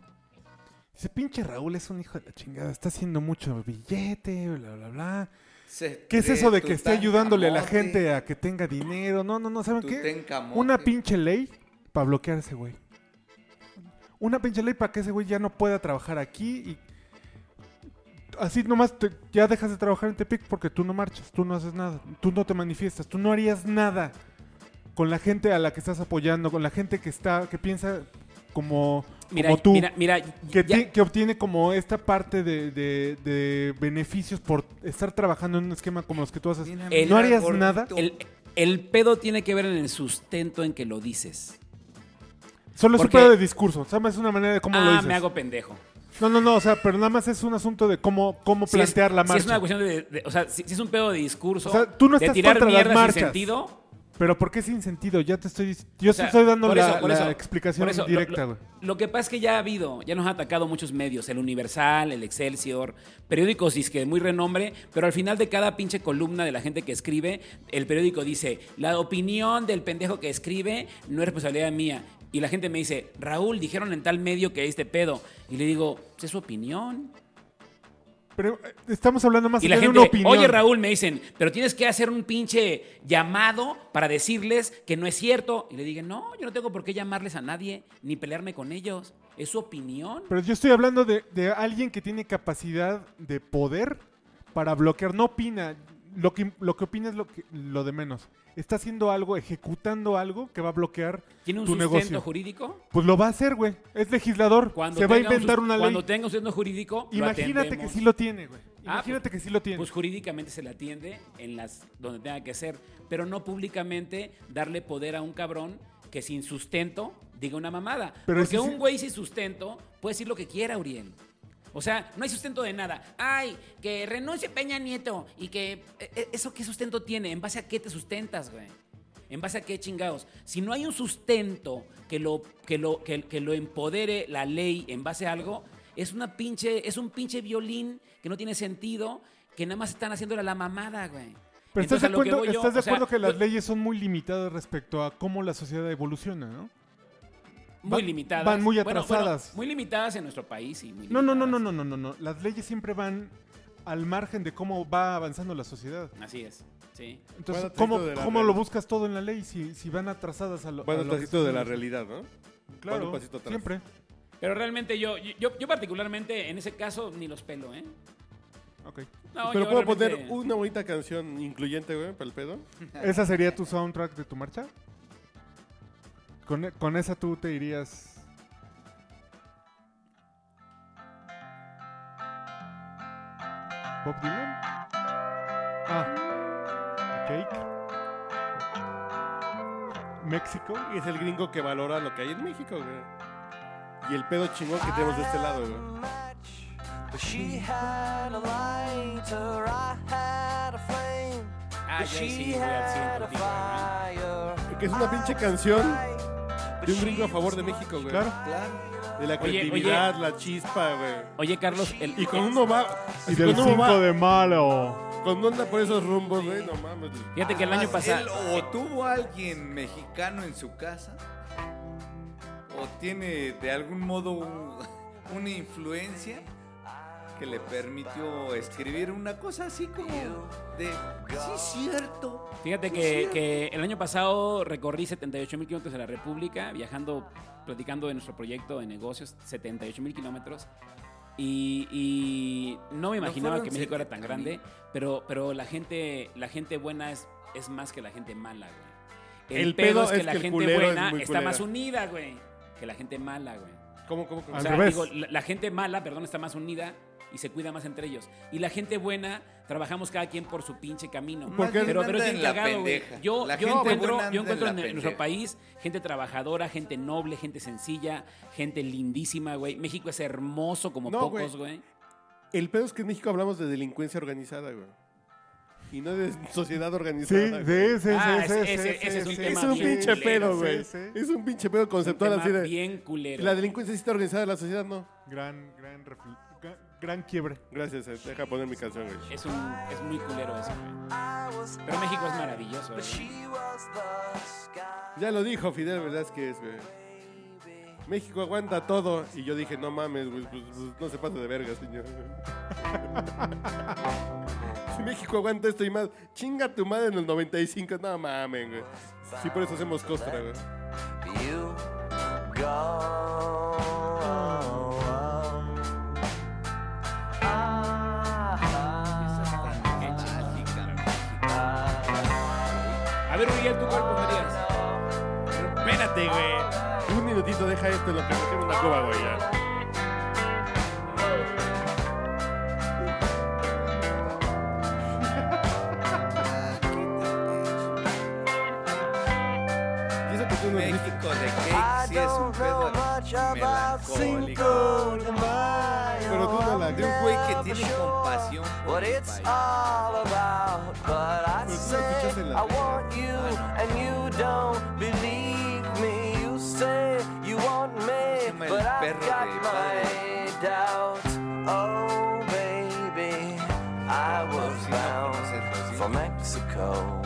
Dice, pinche Raúl es un hijo de la chingada, está haciendo mucho billete, bla, bla, bla. ¿Qué es eso de que esté ayudándole a la gente a que tenga dinero? No, no, no, ¿saben
Tú ten
qué?
camote.
Una pinche ley para bloquear a ese güey. Una pinche ley para que ese güey ya no pueda trabajar aquí y así nomás te- ya dejas de trabajar en Tepic porque tú no marchas, tú no haces nada, tú no te manifiestas, tú no harías nada con la gente a la que estás apoyando, con la gente que está que piensa como
Mira,
como tú
mira, mira.
que,
ya-
ti- que obtiene como esta parte de, de- de beneficios por estar trabajando en un esquema como los que tú haces.
Mira,
El-
no harías
gordito.
nada,
el, el pedo tiene que ver en el sustento en que lo dices.
solo es un
porque-
pedo de discurso, ¿sabes? Es una manera de cómo lo
ah,
dices.
me hago pendejo.
No, no, no, o sea, pero nada más es un asunto de cómo, cómo
Si es-
plantear la
si
marcha.
es una cuestión de. de- o sea, si, si es un pedo de discurso.
O sea, tú no
de
estás
tirar
contra las
mierda sin
marchas.
sentido.
Pero ¿por qué sin sentido? Ya te estoy dic- Yo
O sea,
te estoy dando
por
la,
eso, por
la
eso,
explicación
por eso, lo-
directa,
lo,
güey.
lo que pasa es que ya ha habido, ya nos han atacado muchos medios, el Universal, el Excelsior, periódicos que muy renombre, pero al final de cada pinche columna de la gente que escribe, el periódico dice, la opinión del pendejo que escribe no es responsabilidad mía. Y la gente me dice, Raúl, dijeron en tal medio que este pedo. Y le digo, "Pues es su opinión.
Pero eh, estamos hablando más
Y la
allá de
gente,
una opinión.
oye Raúl, me dicen, pero tienes que hacer un pinche llamado para decirles que no es cierto. Y le dije, no, yo no tengo por qué llamarles a nadie, ni pelearme con ellos. Es su opinión.
Pero yo estoy hablando de, de alguien que tiene capacidad de poder para bloquear. No opina. Lo que, lo que opina es lo, que, lo de menos. Está haciendo algo, ejecutando algo que va a bloquear
¿Tiene un
tu
sustento
negocio.
jurídico?
Pues lo va a hacer, güey. Es legislador.
Cuando
Se va a
tenga un
inventar
sus-
una ley.
Cuando tenga un sustento jurídico, lo
Imagínate que
atendemos.
sí lo tiene, güey.
Ah,
Imagínate
pues-
que sí lo tiene.
Pues jurídicamente se le atiende en las donde tenga que ser, pero no públicamente darle poder a un cabrón que sin sustento diga una mamada.
Pero
Porque
ese sí-
un güey sin sustento puede decir lo que quiera, Uriel. O sea, no hay sustento de nada. Ay, que renuncie Peña Nieto y que eh, eh, eso qué sustento tiene, en base a qué te sustentas, güey. ¿En base a qué chingados? Si no hay un sustento que lo, que lo, que, que lo empodere la ley en base a algo, es una pinche, es un pinche violín que no tiene sentido, que nada más están haciéndole a la mamada, güey.
Pero
Entonces,
estás de
a lo que
acuerdo,
voy yo,
estás de
o sea,
acuerdo que las
yo-
leyes son muy limitadas respecto a cómo la sociedad evoluciona, ¿no?
Muy
van-
limitadas.
van muy
Bueno, bueno,
atrasadas.
muy limitadas en nuestro país. Y muy
No, no, no, no,
limitadas.
no, no, no, no. Las leyes siempre van al margen de cómo va avanzando la sociedad.
Así es, sí.
Entonces,
Van atrasito
¿cómo,
de la
cómo
realidad.
lo buscas todo en la ley si, si van atrasadas a lo,
Van
a
un
lo que
pasito de la
sucede?
realidad, ¿no? Van un
Claro,
pasito atrás.
siempre.
Pero realmente yo, yo, yo particularmente en ese caso ni los pelo, ¿eh?
Ok.
No,
Pero
yo
puedo poner
realmente-
una bonita canción incluyente, güey, para el pedo.
¿Esa sería tu soundtrack de tu marcha? Con, con esa tú te irías... Bob Dylan. Ah. Cake. México.
Y es el gringo que valora lo que hay en México, güey. Y el pedo chingón que tenemos de este lado, güey.
But she had a lighter, I had a flame.
Ah,
But
ya ahí
she
sí, voy al
had
100
a
contigo, ¿verdad?
fire.
Que es una pinche canción
But
de un gringo a
she
favor de
was
México, güey.
Claro.
Claro.
De la
Oye,
creatividad, la chispa, güey.
Oye, Carlos, el,
Y con uno va. Y
Y del
con uno
5
va.
de malo.
Con onda por esos rumbos, güey. No mames.
fíjate que Ah, el año
Además,
pasado...
él o tuvo a alguien mexicano en su casa, o tiene de algún modo un- una influencia que le permitió escribir una cosa así como de. Sí, cierto.
Fíjate
sí,
que,
cierto".
que el año pasado recorrí 78 mil kilómetros de la República, viajando, platicando de nuestro proyecto de negocios, 78 mil kilómetros. Y, y no me imaginaba
fueron
que México era tan
70,000.
grande, pero, pero la, gente, la gente buena es, es más que la gente mala, güey. El,
El
pedo,
pedo
es que
es
la
que el
gente
culero es
buena
muy
está más
culera.
unida, güey, que la gente mala, güey.
¿Cómo, cómo, cómo?
O
Al
sea,
revés.
digo, la, la gente mala, perdón, está más unida y se cuida más entre ellos. Y la gente buena, trabajamos cada quien por su pinche camino.
Pues,
Más bien
Pero, pero es
anda
bien
en la
cagado, güey.
pendeja.
Yo,
La
yo
gente
encuentro,
buena anda
yo encuentro
en
en,
la
en nuestro
pendeja.
país gente trabajadora, gente noble, gente sencilla, gente lindísima, güey. México es hermoso como
No,
pocos, güey.
El pedo es que en México hablamos de delincuencia organizada, güey. Y no de <laughs> sociedad
Sí,
organizada. güey.
sí, sí, sí.
Ah,
sí,
ese-
sí,
ese-
sí,
ese es
sí,
un
sí.
tema
Es un
bien
pinche
culero,
pedo, güey.
sí, sí.
Es un pinche pedo conceptual
Tema
así de.
bien culero.
La delincuencia sí está organizada, la sociedad no.
Gran, gran, refl- gran, gran quiebre.
Gracias, eh, deja poner mi canción, güey.
es, un, es muy culero eso, güey. Pero México es maravilloso, güey.
Ya lo dijo Fidel Velázquez, güey. México aguanta todo. Y yo dije, no mames, güey, pues, pues, no se pasa de verga, señor. <laughs> si México aguanta esto y más, chinga tu madre en el 95. No mames, güey. Sí, por eso hacemos costra, güey.
You go.
A ver, Uriel, ¿tú cuál pondrías?
Espérate, güey. Un minutito, deja esto en lo que me tiene una coba, güey. ya. Y eso que tú no dijiste.
México de
I
cake sí es un
don't
pedo
know much about
melancólico.
Cinco de Mayo.
Pero tú no la-
I'm
De un güey que tiene
never sure
compasión por
What
el
it's
país.
all about, but I
Pero tú no
say
escuchaste la
I
letra.
want you, and you don't believe me. You say you want me,
llama El
but I've
Perro de
got my
Padre.
doubts. Oh, baby, I was
si no conoces
bound
los
for
himnos.
Mexico.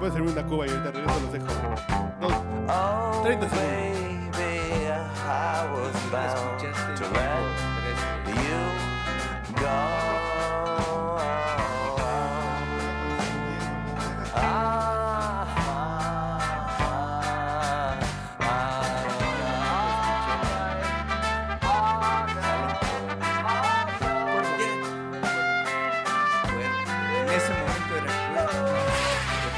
Voy a servir una cuba y ahorita regreso los dejo. No,
Oh,
30
baby, I was bound
Escuchaste
to
el
let
tres
You go.
En ese momento era cuerno,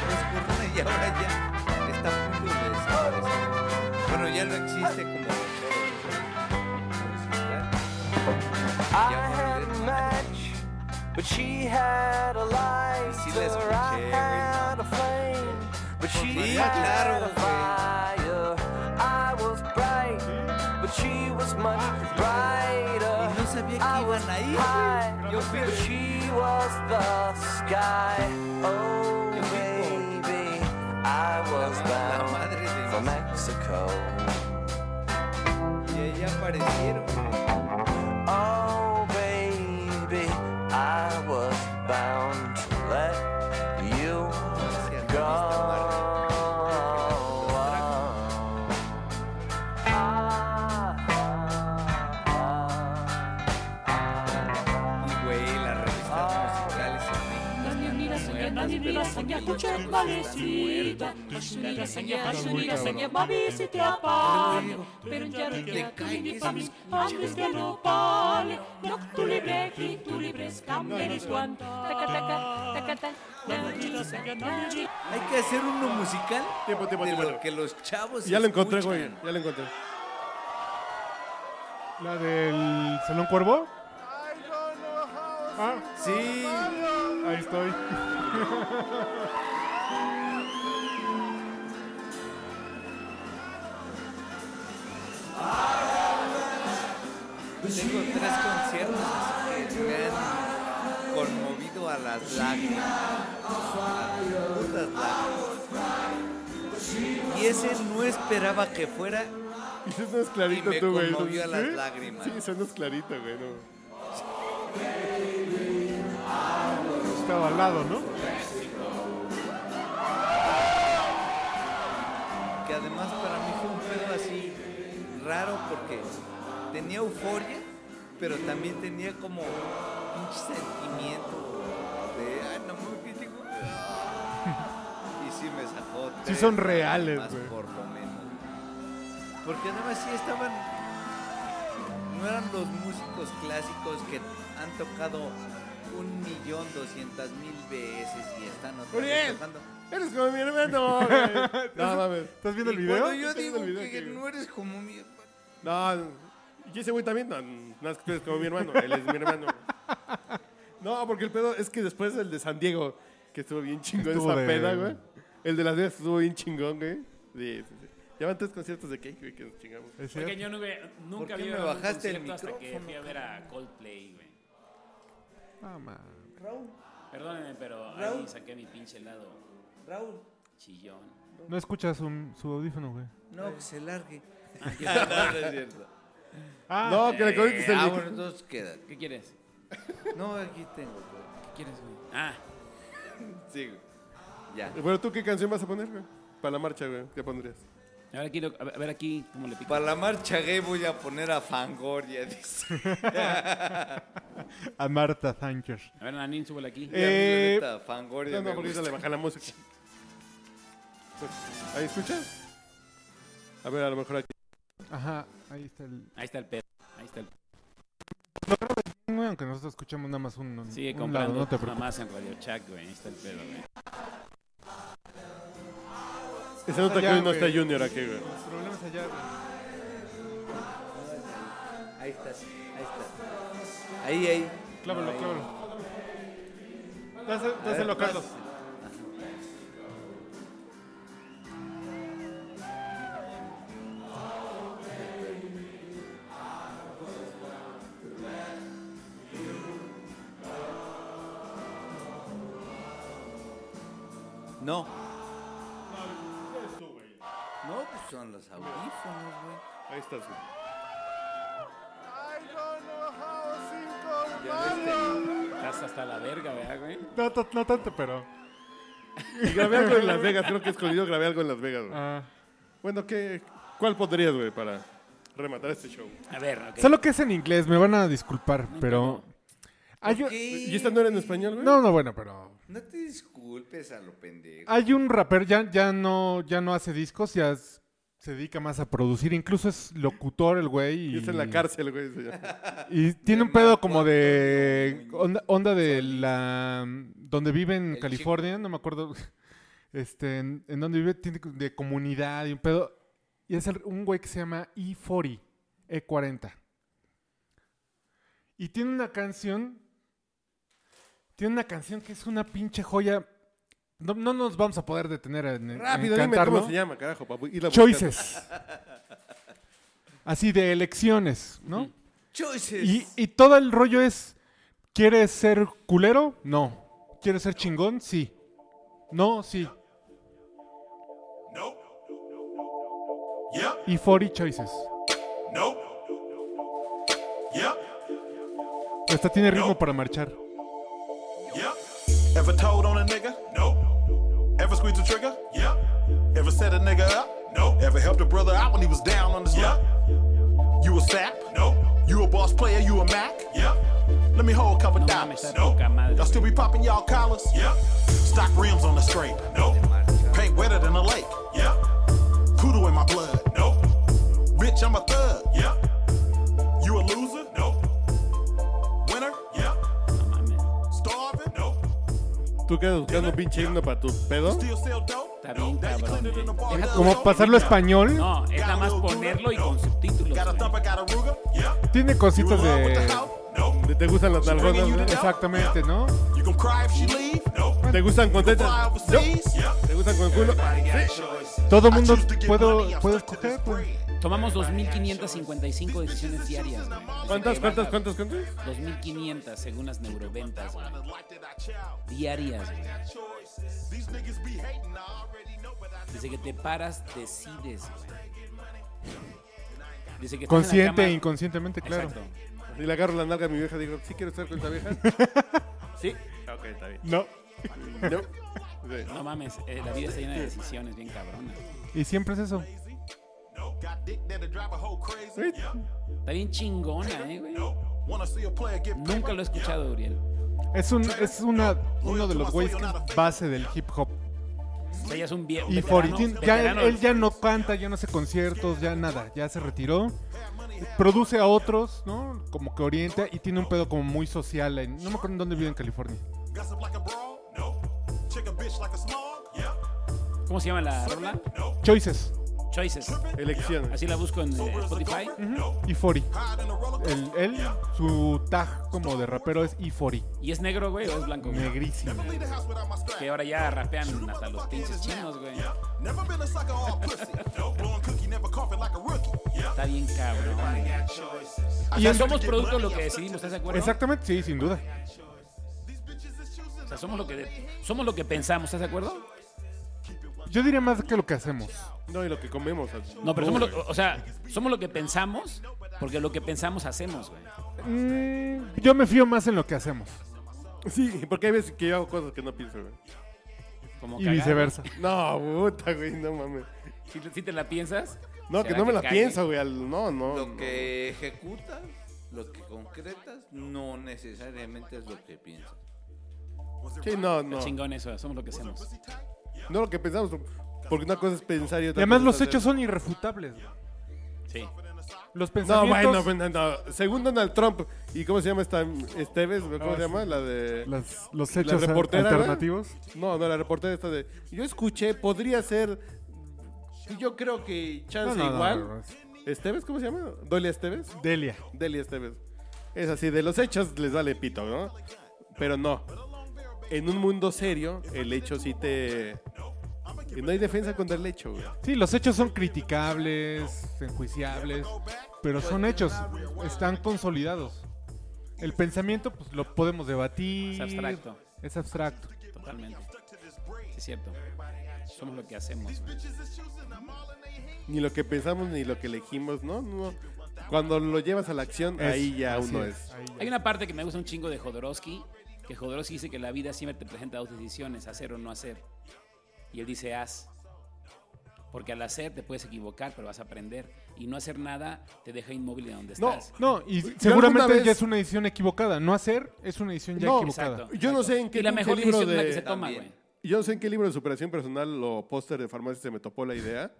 después corona <laughs> y ahora ya está a punto de desaparecer. Bueno, ya no existe como musical.
I had a match, but she had a light.
Sí la escuché, güey.
had a flame, but she
Sí,
had
claro,
a
güey.
fire. I was bright, but she was much brighter.
Y no sabía que
I was
iban ahí,
high,
güey. Yo fui-
but she was the sky. Oh,
Yo fui con-
baby, I was
la
bound
madre de
for
mis-
Mexico.
Y ahí aparecieron.
Oh, baby, I was bound to let you
Gracias,
go.
Lista Marta. Y güey, las revistas musicales en México.
Nadie mira
están
señor, nadie
muertas,
mira
pero bonitos
señor, escucha
son los que están
malecita.
muertos,
Nos
musicales.
mira señor, nos mira
cabrón.
señor, mami si te apale. Pero ya no
Te
te
cae
atuni
que
pa' mis
se
ambis que no pale. No tu libre, cri tu libre, scamberis guan. Taca, taca, taca, taca. Nadie mira señor, nadie mira
Hay que hacer uno musical
Tiempo, tiempo,
de
tiempo.
lo que los chavos
ya lo encontré,
escuchan.
güey. Ya lo encontré.
¿La del Salón Cuervo? Ah,
Sí,
ahí estoy. <laughs>
I
Tengo tres conciertos así que me han conmovido a las lágrimas. A las putas lágrimas. Y ese no esperaba que fuera.
Y eso no es clarito,
Y me
tú, güey.
conmovió a las
¿Sí?
lágrimas.
Sí, eso no es clarito, güey. No.
Estaba al lado, ¿no?
Que además para mí fue un pedo así raro porque tenía euforia, pero también tenía como un pinche sentimiento de. Ay, no mames, que tengo- ah". Y sí me sacó.
Sí
tres
son reales,
lágrimas
güey.
Por lo menos. Porque además sí estaban. No eran los músicos clásicos que han tocado un millón doscientas mil veces y están otra vez
Uriel.
tocando.
Eres como mi
<laughs>
hermano, güey. No mames.
¿Estás viendo el
Y
video?
Cuando yo
¿Estás viendo
digo
el video
que,
que-
no eres como mi hermano.
No, y ese güey también, no, no es que tú eres como mi hermano, él es mi hermano. No, porque el pedo es que después el de San Diego, que estuvo bien chingón
Estuvo
esa
de-
peda, güey. El de Las Vegas estuvo bien chingón, güey. Sí, sí, sí. Ya van tres conciertos de Cake, güey, que nos chingamos.
¿Es
Porque
cierto?
yo nunca, nunca
¿Por qué
había
me
ido a un
bajaste el
concierto hasta que
micrófono,
fui a ver a Coldplay, güey.
Ah, man.
Perdónenme, pero ahí saqué mi pinche lado
Raúl,
chillón.
No escuchas su, su audífono, güey.
no, que se <laughs> largue. no, Ah, no es cierto.
<laughs> no, que le conectes el
ah,
mic-
bueno, entonces quédate.
¿Qué quieres?
No, aquí tengo. pues. güey.
¿Qué quieres, güey? Ah,
Sí, güey. Ya.
Bueno, ¿tú qué canción vas a poner, güey? Para la marcha, güey, ¿qué pondrías?
a ver aquí, lo- a ver- a ver aquí cómo le pico.
Para la marcha gay voy a poner a Fangoria, <laughs>
Eh,
dice.
A Marta Thatcher.
A ver, Nanín, súbele aquí.
Y a mí, la
Eh,
neta, Fangoria.
No, no,
me
porque
gusta.
ahorita le baja la música. Pues, ¿Ahí escuchas? Ah, A ver, a lo mejor aquí.
Ajá, ahí está el...
Ahí está el pedo. Ahí está el pedo.
Bueno, aunque nosotros escuchamos nada más un, un-
Sigue
un lado,
comprando
no te
tus
preocupes.
mamás en Radio Shack, güey. Ahí está el pedo, güey.
Se nota que
Ya,
hoy no está
güey.
Junior aquí, güey.
Problemas allá,
Ahí está, ahí está. Ahí, ahí.
Clávalo, clávalo. Dáselo, dáselo, Carlos.
pues. No. No, pues son los audífonos, güey.
Ahí estás, güey.
Ya ves, tengo-
Estás hasta la verga, ¿verdad, güey?
No, ta- no tanto, pero...
Y grabé algo en Las Vegas, creo que escondido grabé algo en Las Vegas, güey.
ah.
Bueno, ¿qué, ¿cuál podrías, güey, para rematar este show?
A ver, ok.
Sé lo que es en inglés, me van a disculpar, pero... Hay un-
¿Qué?
¿Y esta no era en español, güey?
No, no, bueno, pero...
No te disculpes a lo pendejo.
Hay un rapero, ya, ya, no, ya no hace discos, ya s- se dedica más a producir, incluso es locutor el güey.
Y
Y,
está en la cárcel, güey. se llama.
Y tiene un pedo como de onda, onda de la donde vive en
El
California, no me acuerdo <laughs> este en, en donde vive tiene de comunidad y un pedo y es el- un güey que se llama E E40, E40. Y tiene una canción tiene una canción que es una pinche joya. No, no nos vamos a poder detener en, en
Rápido, dime
cantarlo.
cómo se llama, carajo, papu. Y la
Choices. Así de elecciones, ¿no?
Choices.
Y, y todo el rollo es, ¿quieres ser culero? No. ¿Quieres ser chingón? Sí. No, sí. Y 40 choices. Hasta tiene ritmo para marchar.
Ever told on a nigga? Nope. Ever squeezed a trigger? Yep. Ever set a nigga up? Nope. Ever helped a brother out when he was down on his luck? You a sap? Nope. You a boss player? You a Mac? Yep. Let me hold a couple
No mames,
diamonds.
está poca madre,
Y'all still
güey.
be popping y'all collars? Yep. Stock rims on the scrape? Nope. Paint wetter than a lake? Yep. Poodle in my blood? Nope. Bitch, I'm a thug? Yep. You a loser? Nope. Winner? Yep.
No mames.
Starving? Nope.
puta. ¿Tú quedas buscando un pinche himno para tu pedo?
Still sell dope?
Está bien,
Daddy
cabrón,
cleaned it in the
eh.
bar,
Deja
yeah.
Como pasarlo a español,
No, es nada más ponerlo y con subtítulos.
Got a
güey.
thumper, got a Ruger? Yeah.
tiene
You
cositas
in love with
de...
the hoe? Nope.
¿Te gustan las nalgonas,
Bringing you
güey?
the dope?
Exactamente, ¿no?
You gonna cry if she leave? Nope.
¿Te gustan con
Fly
tetas?
overseas? Yeah.
¿Te gustan con culo?
Everybody got a choice.
Todo
I
mundo
choose to get
puedo,
money, I'm
puedo
stuck to
escoger.
this
pues.
bread.
Tomamos 2.555 decisiones diarias. güey. Desde
¿Cuántas,
que
cuántas,
bajas,
cuántas, cuántas?
2.500 según las neuroventas güey. diarias. güey. Desde que te paras, decides. güey. Desde que estás en la
Consciente e
cama-
inconscientemente, claro.
Exacto.
Y le agarro la nalga a mi vieja y digo, sí quiero estar con esta
<laughs>
vieja.
Sí,
Ok, está bien.
No.
no.
no mames, eh, la vida está llena de decisiones, bien cabrona.
Y siempre es eso.
Está bien chingona, eh, güey. Nunca lo he escuchado, Uriel.
Es, un, es una, uno de los güeyes que es base del hip hop.
O sea, ya es un viejo.
Y Foritín, ya él, él ya no canta, ya no hace conciertos, ya nada, ya se retiró. Produce a otros, ¿no? Como que orienta y tiene un pedo como muy social. en- no me acuerdo en dónde vive en California.
¿Cómo se llama la rola?
Choices
Choices.
Elecciones.
Así la busco en eh, Spotify.
y Fori. El- Él, su tag como de rapero es y Fori.
¿Y es negro, güey, o es blanco? güey?
Negrísimo.
Que ahora ya rapean hasta los pinches chinos, güey. Está bien cabrón. güey. O
Y
sea,
es-
somos producto de lo que decidimos, ¿estás de acuerdo?
Exactamente, sí, sin duda.
O sea, somos lo que, somos lo que pensamos, ¿estás de acuerdo?
Yo diría más que lo que hacemos.
No, y lo que comemos. así.
No, pero somos
güey.
lo, o sea, somos lo que pensamos, porque lo que pensamos hacemos, güey.
Mm, yo me fío más en lo que hacemos.
Sí, porque hay veces que yo hago cosas que no pienso, güey.
Como
Y
cagar.
viceversa.
No, puta, güey, no mames.
Si, si te la piensas,
No, que
¿será
no me la
cague?
pienso, güey. al- No, no.
Lo
no.
que ejecutas, lo que concretas, no necesariamente es lo que piensas.
Sí, no,
Está
no.
chingón eso, somos lo que hacemos.
No lo que pensamos. Porque una cosa es pensar y
Y
otra
además
cosa
los
es hacer.
hechos son irrefutables. güey.
Sí.
Los
No,
pensamientos...
bueno, pues, bueno, no. Según Donald Trump. ¿Y cómo se llama esta Esteves? ¿Cómo
Ah,
se
sí.
llama? La de.
Las- los hechos
La reportera,
alternativos.
No, no, la reportera esta de. Yo escuché, podría ser. Yo creo que
No,
chance
no, no,
igual.
no, no, es-
¿Esteves? ¿Cómo se llama? ¿Dolia Esteves?
Delia.
Delia Esteves. Es así, de los hechos les vale pito, ¿no? Pero no. En un mundo serio, el hecho sí te. y no hay defensa contra el hecho, güey.
Sí, los hechos son criticables, enjuiciables, pero son hechos, están consolidados. El pensamiento, pues lo podemos debatir.
Es abstracto.
Es abstracto.
Totalmente. Sí, es cierto. Somos lo que hacemos. güey.
Ni lo que pensamos ni lo que elegimos, ¿no? No. Cuando lo llevas a la acción,
Es-
ahí ya
así
uno es.
ahí ya.
Hay una parte que me gusta un chingo de Jodorowsky, que Jodorowsky dice que la vida siempre te presenta dos decisiones, hacer o no hacer. Y él dice haz. Porque al hacer te puedes equivocar, pero vas a aprender. Y no hacer nada te deja inmóvil de donde
No,
estás.
No, y
alguna
seguramente
vez-
ya es una edición equivocada. No hacer es una edición ya
No,
equivocada.
exacto.
Yo no sé en qué
Y la
pinche
mejor
libro
decisión es la
de-
que se toma,
también.
güey.
Yo no sé en qué libro de superación personal o póster de farmacia se me topó la idea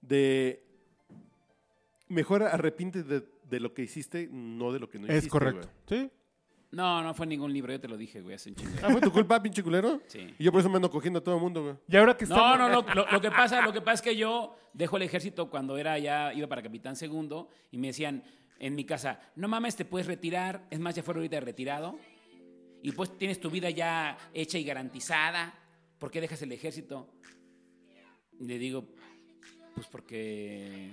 de mejor arrepiente de, de lo que hiciste, no de lo que no
Es
hiciste.
correcto.
güey.
Sí.
No, no fue ningún libro, yo te lo dije, güey, hace un chingo.
Ah, fue tu culpa, pinche culero.
Sí.
Y yo por eso me ando cogiendo a todo el mundo, güey.
Y ahora que
No,
estamos.
no, lo, lo- lo que pasa, lo que pasa es que yo dejo el ejército cuando era ya iba para capitán segundo y me decían en mi casa, no mames, te puedes retirar, es más ya fuera ahorita de retirado y pues tienes tu vida ya hecha y garantizada, ¿por qué dejas el ejército? Y le digo, pues porque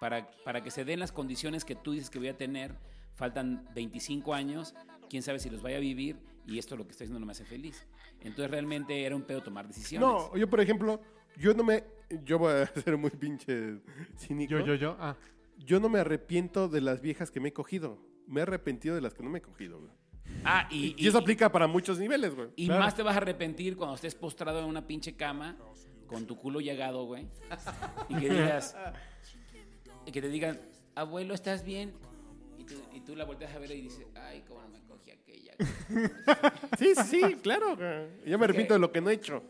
para, para que se den las condiciones que tú dices que voy a tener, faltan 25 años, quién sabe si los vaya a vivir y esto lo que estoy haciendo no me hace feliz. Entonces realmente era un pedo tomar decisiones.
No, yo por ejemplo, yo no me. Yo voy a <laughs> ser muy pinche cínico.
Yo, yo, yo. Ah.
Yo no me arrepiento de las viejas que me he cogido. Me he arrepentido de las que no me he cogido, güey.
Ah, y,
Y, eso aplica para muchos niveles, güey.
y
Claro.
más te vas a arrepentir cuando estés postrado en una pinche cama con tu culo llegado, güey. Y que digas. Y que te digan, abuelo, ¿estás bien? Y tú, y tú la volteas a ver y dices, ay, cómo no me cogí aquella.
Sí, sí, sí, claro. güey. Yo me arrepiento de lo que no he hecho.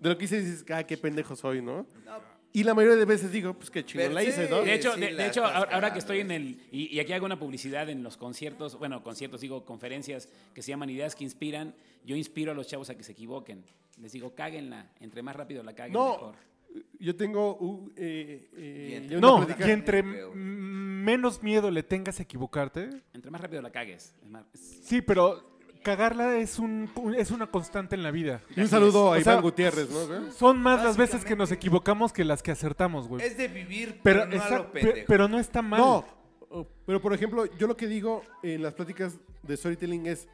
De lo que hice dices, ah, qué pendejo soy, ¿no? Y la mayoría de veces digo, pues qué chingón
Pero
<laughs> la hice,
sí.
¿no?
De hecho,
Sí,
de,
la
de hecho
estás
ahora, ahora
cagando.
que estoy en el. Y, y aquí hago una publicidad en los conciertos, bueno, conciertos, digo, conferencias que se llaman Ideas que Inspiran. Yo inspiro a los chavos a que se equivoquen. Les digo, cáguenla. Entre más rápido la caguen,
No,
mejor.
yo tengo un, eh, eh,
Bien.
yo
No,
una plática-
que entre
Peor.
m- menos miedo le tengas a equivocarte.
Entre más rápido la cagues. es más- es-
Sí, pero cagarla es, un, es una constante en la vida.
Y un saludo a
O sea, pues,
Iván Gutiérrez, ¿no? güey?
Son más las veces que nos equivocamos que las que acertamos,
Pues,
güey.
Es de vivir, pero,
Pero,
no a
exact-
lo
pe-
pendejo.
pero no está mal.
No, pero por ejemplo, yo lo que digo en las pláticas de storytelling es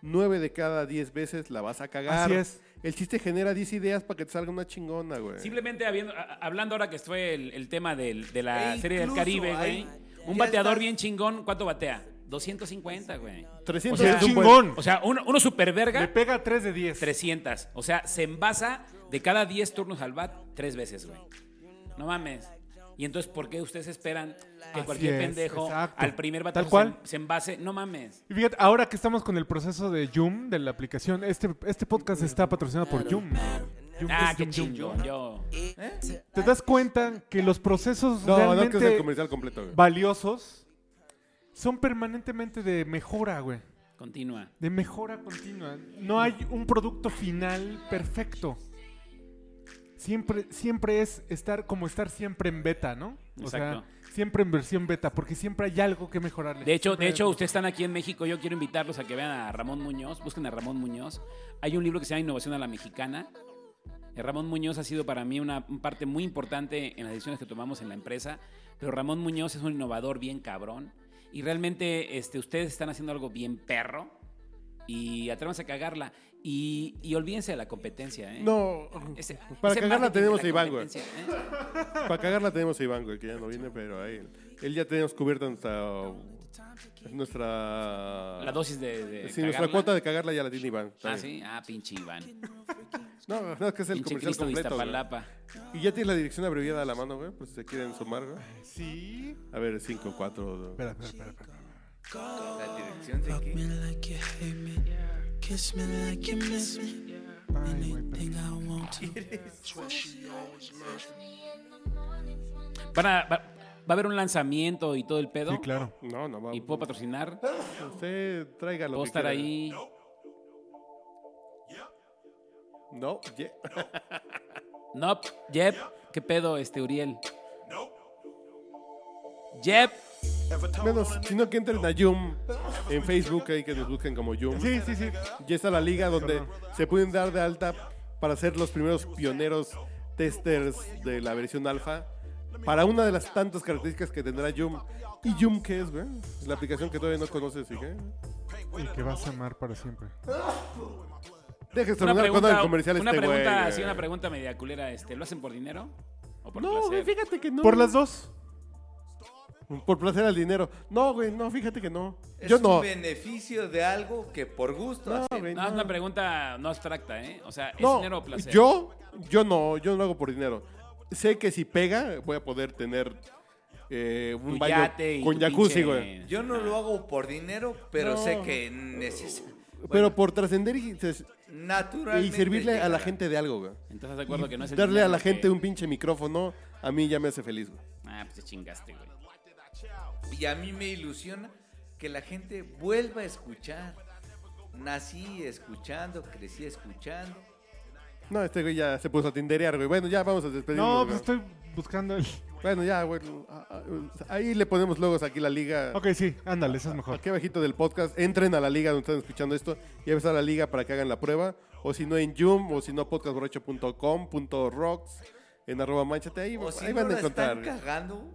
nueve de cada diez veces la vas a cagar.
Así es.
El chiste genera 10 ideas para que te salga una chingona, güey.
Simplemente habiendo- a- hablando ahora que fue el, el tema del- de la
E
serie del
incluso
Caribe,
ahí
güey. Un
ya
bateador
estás-
bien chingón, ¿cuánto batea? 250, güey.
300
O sea,
es un buen-
chingón.
O sea, uno, uno super
Le
verga,
pega 3 de 10.
300. O sea, se envasa de cada 10 turnos al bat tres veces, güey. No mames. Y entonces, ¿por qué ustedes esperan que
Así
cualquier
es,
pendejo
exacto.
al primer
Tal
bateador
cual.
Se, se envase? No mames.
Y fíjate, ahora que estamos con el proceso de Joom, de la aplicación, este, este podcast está patrocinado por Joom. Joom
Ah,
es
qué
Joom, Joom.
chingón. Yo.
¿Te das cuenta que los procesos
No, no que es el
realmente
comercial completo, güey.
valiosos son permanentemente de mejora, güey?
Continúa.
De mejora continua. No hay un producto final perfecto. Siempre, siempre es estar como estar siempre en beta, ¿no? O
Exacto.
sea, siempre en versión beta, porque siempre hay algo que mejorarle.
De hecho,
Siempre
de
hay
hecho,
algo.
ustedes están aquí en México. Yo quiero invitarlos a que vean a Ramón Muñoz. Busquen a Ramón Muñoz. Hay un libro que se llama Innovación a la Mexicana. Eh, Ramón Muñoz ha sido para mí una un parte muy importante en las decisiones que tomamos en la empresa. Pero Ramón Muñoz es un innovador bien cabrón. Y realmente este, ustedes están haciendo algo bien perro. Y atrévanse a cagarla. Y, y olvídense de la competencia, ¿eh?
No,
Ese-
para
ese
cagarla
marketing
tenemos
de
a
la
Iván, güey.
competencia, ¿eh?
Para cagarla tenemos a Iván, güey, que ya no viene, pero ahí. Él ya tenemos cubierta nuestra. Nuestra.
La dosis de, de
Sí, nuestra
cagarla.
cuota de cagarla ya la tiene Iván. está
Ah,
bien.
sí. Ah, pinche Iván.
No, no, es que es el
Pinche
comercial
Cristo de
completo. güey.
Iztapalapa.
Y ya tienes la dirección abreviada a la mano, güey, por si se quieren sumar, güey.
Sí.
A ver, 5, 4.
Espera, espera, espera, espera.
La dirección de que-
Ay, güey, espera.
Van a- va, va a haber un lanzamiento y todo el pedo.
Sí, claro.
No, no va.
Y puedo patrocinar.
Usted traiga lo
Puedo
que
estar
quiera.
ahí.
No, yeah.
Nope. Jep. ¿Qué pedo, este Uriel? Jep.
Menos, sino que entren a Yum en Facebook, ahí que nos busquen como Yum.
Sí, sí, sí.
Ya está la liga donde se pueden dar de alta para ser los primeros pioneros testers de la versión alfa. Para una de las tantas características que tendrá Yum. ¿Y Yum qué es, güey? La aplicación que todavía no conoces y qué.
Y que vas a amar para siempre.
Deja de
Una
terminar cuando el
pregunta,
comercial
una
este, güey.
pregunta
güey.
así, una pregunta media culera. Este, ¿Lo hacen por dinero? ¿O por
No, güey,
placer?
fíjate que no.
Por las dos.
Por placer al dinero. No, güey, no, fíjate que no.
Es
Yo
un
no.
beneficio de algo que por gusto
No,
hacen.
güey,
No, es una pregunta no abstracta, ¿eh? O sea, ¿es
No,
dinero o placer?
Yo, yo no, yo no lo hago por dinero. Sé que si pega, voy a poder tener eh, un
Tu
baño
yate y
con
tu
jacuzzi,
pinche-
güey.
Yo no lo hago por dinero, pero
No.
sé que neces
Pero por trascender y, ses-
naturalmente.
y servirle a la
llegará.
gente de algo, güey.
Entonces, ¿estás de acuerdo que no es el
Darle
dinero
a la
lo que-
gente un pinche micrófono, a mí ya me hace feliz, güey.
Ah, pues te chingaste, güey.
Y a mí me ilusiona que la gente vuelva a escuchar. Nací escuchando, crecí escuchando.
No, este güey ya se puso a tinderear, güey. Bueno, ya vamos a despedirnos.
No,
güey.
pues estoy buscando el.
Bueno, ya, güey. Ah, ah, Ahí le ponemos logos aquí la liga.
Ok, sí, ándale, eso es mejor.
Aquí abajito del podcast, entren a la liga donde están escuchando esto y a la liga para que hagan la prueba. O si no en Zoom, o si no podcastborracho.com, punto rocks, en arroba manchate, ahí,
O si
pues, ahí
no
van a
la
encontrar.
están cagando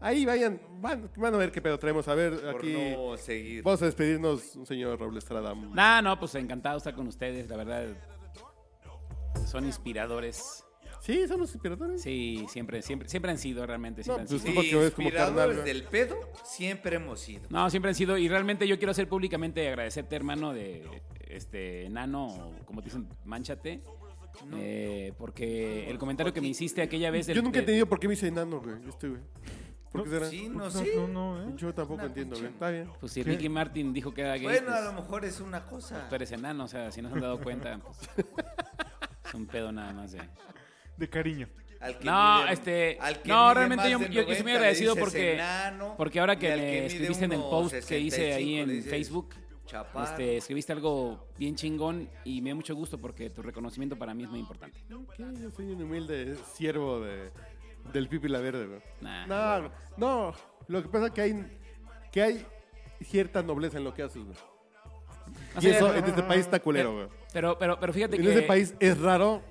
Ahí vayan, van, van a ver qué pedo traemos. A ver,
por
aquí
no seguir.
vamos a despedirnos, señor Robles Estrada.
Nah, no, pues encantado de estar con ustedes, la verdad. Son inspiradores.
Sí, somos inspiradores.
Sí, siempre, siempre, siempre han sido, realmente. Siempre
No,
han
pues,
sido.
tú porque ves como carnal,
Inspiradores
güey.
del pedo siempre hemos sido.
No, siempre han sido. Y realmente yo quiero hacer públicamente agradecerte, hermano, de este nano, o como te dicen, manchate. eh, porque el comentario que me hiciste aquella vez. del-
Yo nunca he
de-
entendido por qué me dice enano, güey. Este, güey. ¿Por qué será?
Sí, no sé.
No, no, ¿eh?
Yo tampoco
Una
entiendo,
pinche-
güey. Está bien.
Pues si Ricky Martin dijo que era gay.
Bueno,
pues,
a lo mejor es una cosa.
Tú eres enano, o sea, si no se han dado cuenta,
<laughs>
pues, es un pedo nada más de.
De cariño.
Al que
No,
mide-
este,
al que
no,
mide
realmente
más
yo-
de
yo- yo estoy muy
90 le
agradecido
dices
porque-
enano,
porque ahora que
y al
me
mide
escribiste en el
1.65
post que hice ahí
le
en
dices
Facebook,
chaparro.
Este, escribiste algo bien chingón y me da mucho gusto porque tu reconocimiento para mí es muy importante.
¿Qué? Yo soy un humilde siervo de, del Pipi La Verde, güey.
Nah,
Ah,
no, no. Lo que pasa es que hay, que hay cierta nobleza en lo que haces, güey.
O
Y
sea,
eso en este país está culero, güey.
Pero, pero, pero fíjate
En
que.
ese país es raro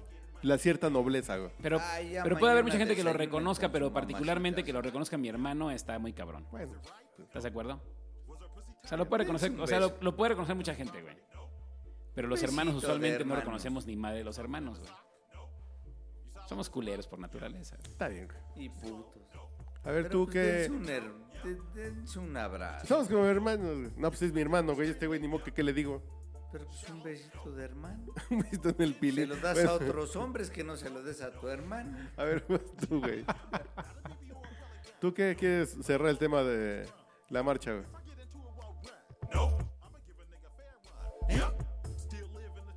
la cierta nobleza, güey.
Pero,
Ay, ya
pero puede haber mucha
mañana
gente que lo
desayuno
reconozca,
con
pero
su mamá,
particularmente
chicas.
que lo reconozca mi hermano está muy cabrón.
Bueno,
¿Estás de acuerdo? O sea, lo puede reconocer,
un
o sea, lo,
beso.
lo puede reconocer mucha gente, güey. Pero los hermanos
besito de
usualmente no
hermanos.
reconocemos ni madre de los hermanos, güey. Somos culeros por naturaleza.
está bien, güey.
Y putos.
A ver,
Pero,
tú
pues,
que.
dense un her- de- dense un abrazo.
Somos como hermanos, güey. No, pues es mi hermano, güey. Este güey, ni moque, ¿qué le digo? <laughs>
Pero pues un besito de hermano.
Un besito en el pili.
Se lo das
Bueno,
a otros hombres que no se lo des a tu hermano.
A ver, pues, tú, güey. ¿Tú qué quieres cerrar el tema de la marcha, güey?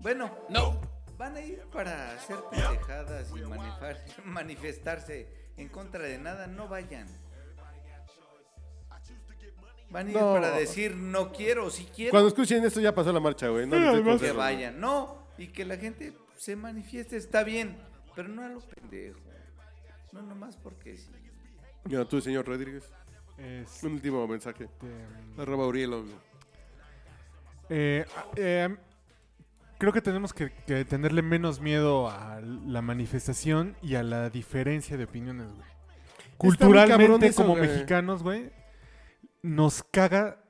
Bueno,
No.
van a ir para hacer pendejadas y manejar- <laughs> manifestarse en contra de nada, no vayan. Van a ir
No.
para decir no quiero, si quiero
Cuando escuchen esto ya pasó la marcha, güey. No, les doy
además-
consejos,
que
güey.
vayan. No, y que la gente se manifieste, está bien, pero no a lo pendejo. No nomás porque sí.
Mira, tú, señor Rodríguez.
Este,
Un último mensaje.
mm,
Arroba Urielo, güey.
eh, a- eh, creo que tenemos que, que tenerle menos miedo a la manifestación y a la diferencia de opiniones, güey.
cabrón
Culturalmente,
eso,
como
güey.
mexicanos, güey, nos caga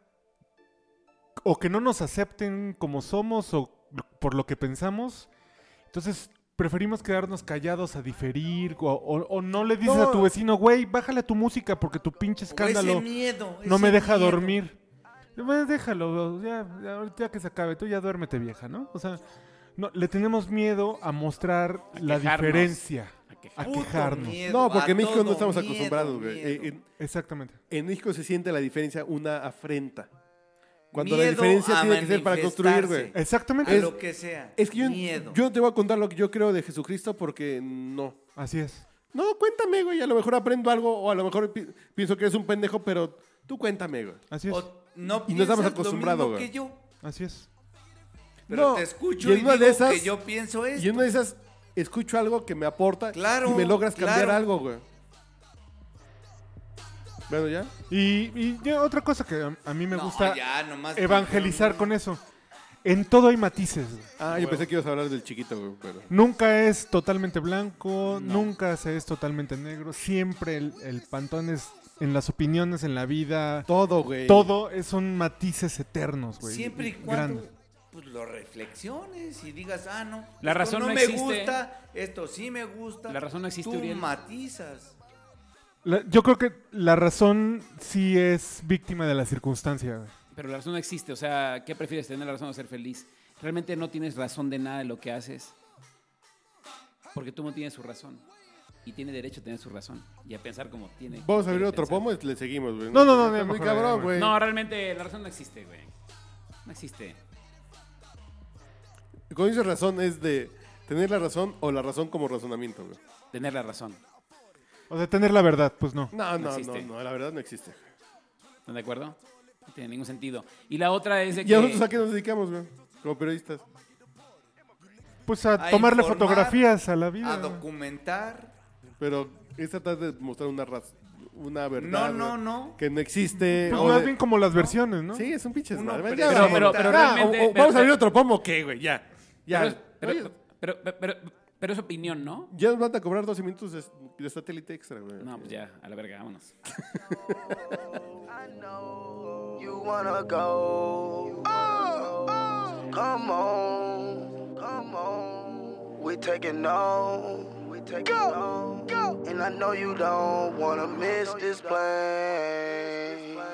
o que no nos acepten como somos o por lo que pensamos. Entonces, preferimos quedarnos callados a diferir o, o- o no le dices
No.
a tu vecino, güey, bájale a tu música porque tu pinche
O
escándalo...
ese miedo.
No
ese
me deja
miedo.
dormir. Bueno, déjalo, ya, ya, ahorita ya que se acabe, tú ya duérmete vieja, ¿no? O sea, no, le tenemos miedo a mostrar
A
la
quejarnos.
diferencia,
A quejarnos.
a
Puto
quejarnos.
miedo,
No, porque
a
en México no
todo
estamos
miedo,
acostumbrados, güey.
miedo.
Eh, en-
Exactamente.
En México se siente la diferencia una afrenta. Cuando la
Miedo
diferencia
a
tiene que ser para construir, güey.
manifestarse.
Exactamente.
A
Es-
lo que sea.
Es que yo,
Miedo.
yo no te voy a contar lo que yo creo de Jesucristo porque no.
Así es.
No, cuéntame, güey. A lo mejor aprendo algo o a lo mejor pi- pienso que eres un pendejo, pero tú cuéntame, güey.
Así es.
O no
Y no estamos
piensas lo
acostumbrados,
mismo
güey.
que yo,
Así es.
pero
No,
te escucho
y
y,
en una de
digo
esas-
que yo pienso esto.
Y en una de esas escucho algo que me aporta
Claro,
y me logras cambiar
claro.
algo, güey. Bueno, ya.
Y, y ya otra cosa que a, a mí me
No,
gusta
ya, nomás-
evangelizar con eso. En todo hay matices. güey.
Ah, yo pensé que ibas a hablar del chiquito, güey. Pero...
Nunca es totalmente blanco, nunca se es totalmente negro. Siempre el, el pantón es en las opiniones, en la vida,
Todo, güey.
Todo es- son matices eternos, güey.
Siempre y cuando
Grandes.
pues, lo reflexiones y digas, ah, no.
La
esto
razón no
me
existe.
gusta, esto sí me gusta.
La razón no existe,
Tú
Uriel.
matizas.
La- yo creo que la razón sí es víctima de la circunstancia, güey.
Pero la razón no existe. O sea, ¿qué prefieres tener la razón o ser feliz? Realmente no tienes razón de nada de lo que haces. Porque tú no tienes su razón. Y tiene derecho a tener su razón. Y a pensar como tiene.
Vamos a abrir
quiere
otro
pensar.
pomo y le seguimos, güey.
No, no, no,
Está
no,
muy
mejor,
cabrón,
mejor.
güey.
No, realmente la razón no existe, güey. No existe.
Cuando dices razón es de tener la razón o la razón como razonamiento, güey.
Tener la razón.
O sea, tener la verdad, pues no.
No, no, no,
existe.
no, la verdad no existe.
¿Están de acuerdo? No tiene ningún sentido. Y la otra es de
¿Y a nosotros a
que...
qué nos dedicamos, güey? Como periodistas.
Pues a,
A
tomarle
informar,
fotografías a la vida.
A documentar.
Pero es tratar de mostrar una raz- una
No,
verdad.
no,
güey,
no.
Que no existe.
Pues
o
más
de-
bien como las versiones, ¿no?
Sí, es un pinche
Uno
desmadre.
pre-
Ya,
pero-
vamos.
pero- pero
Ya, o-
realmente-
o
pero-
vamos a abrir otro pomo, ¿qué, güey? Ya. Ya.
Pero, pero-
Oye,
pero- pero- pero- pero es opinión, ¿no?
ya nos van a cobrar 12 minutos de, de satélite extra, güey.
No, pues ya, a la verga, vámonos.
I know you wanna go. Come on, come on. We taking on, we taking on. And I know you don't wanna miss this plane.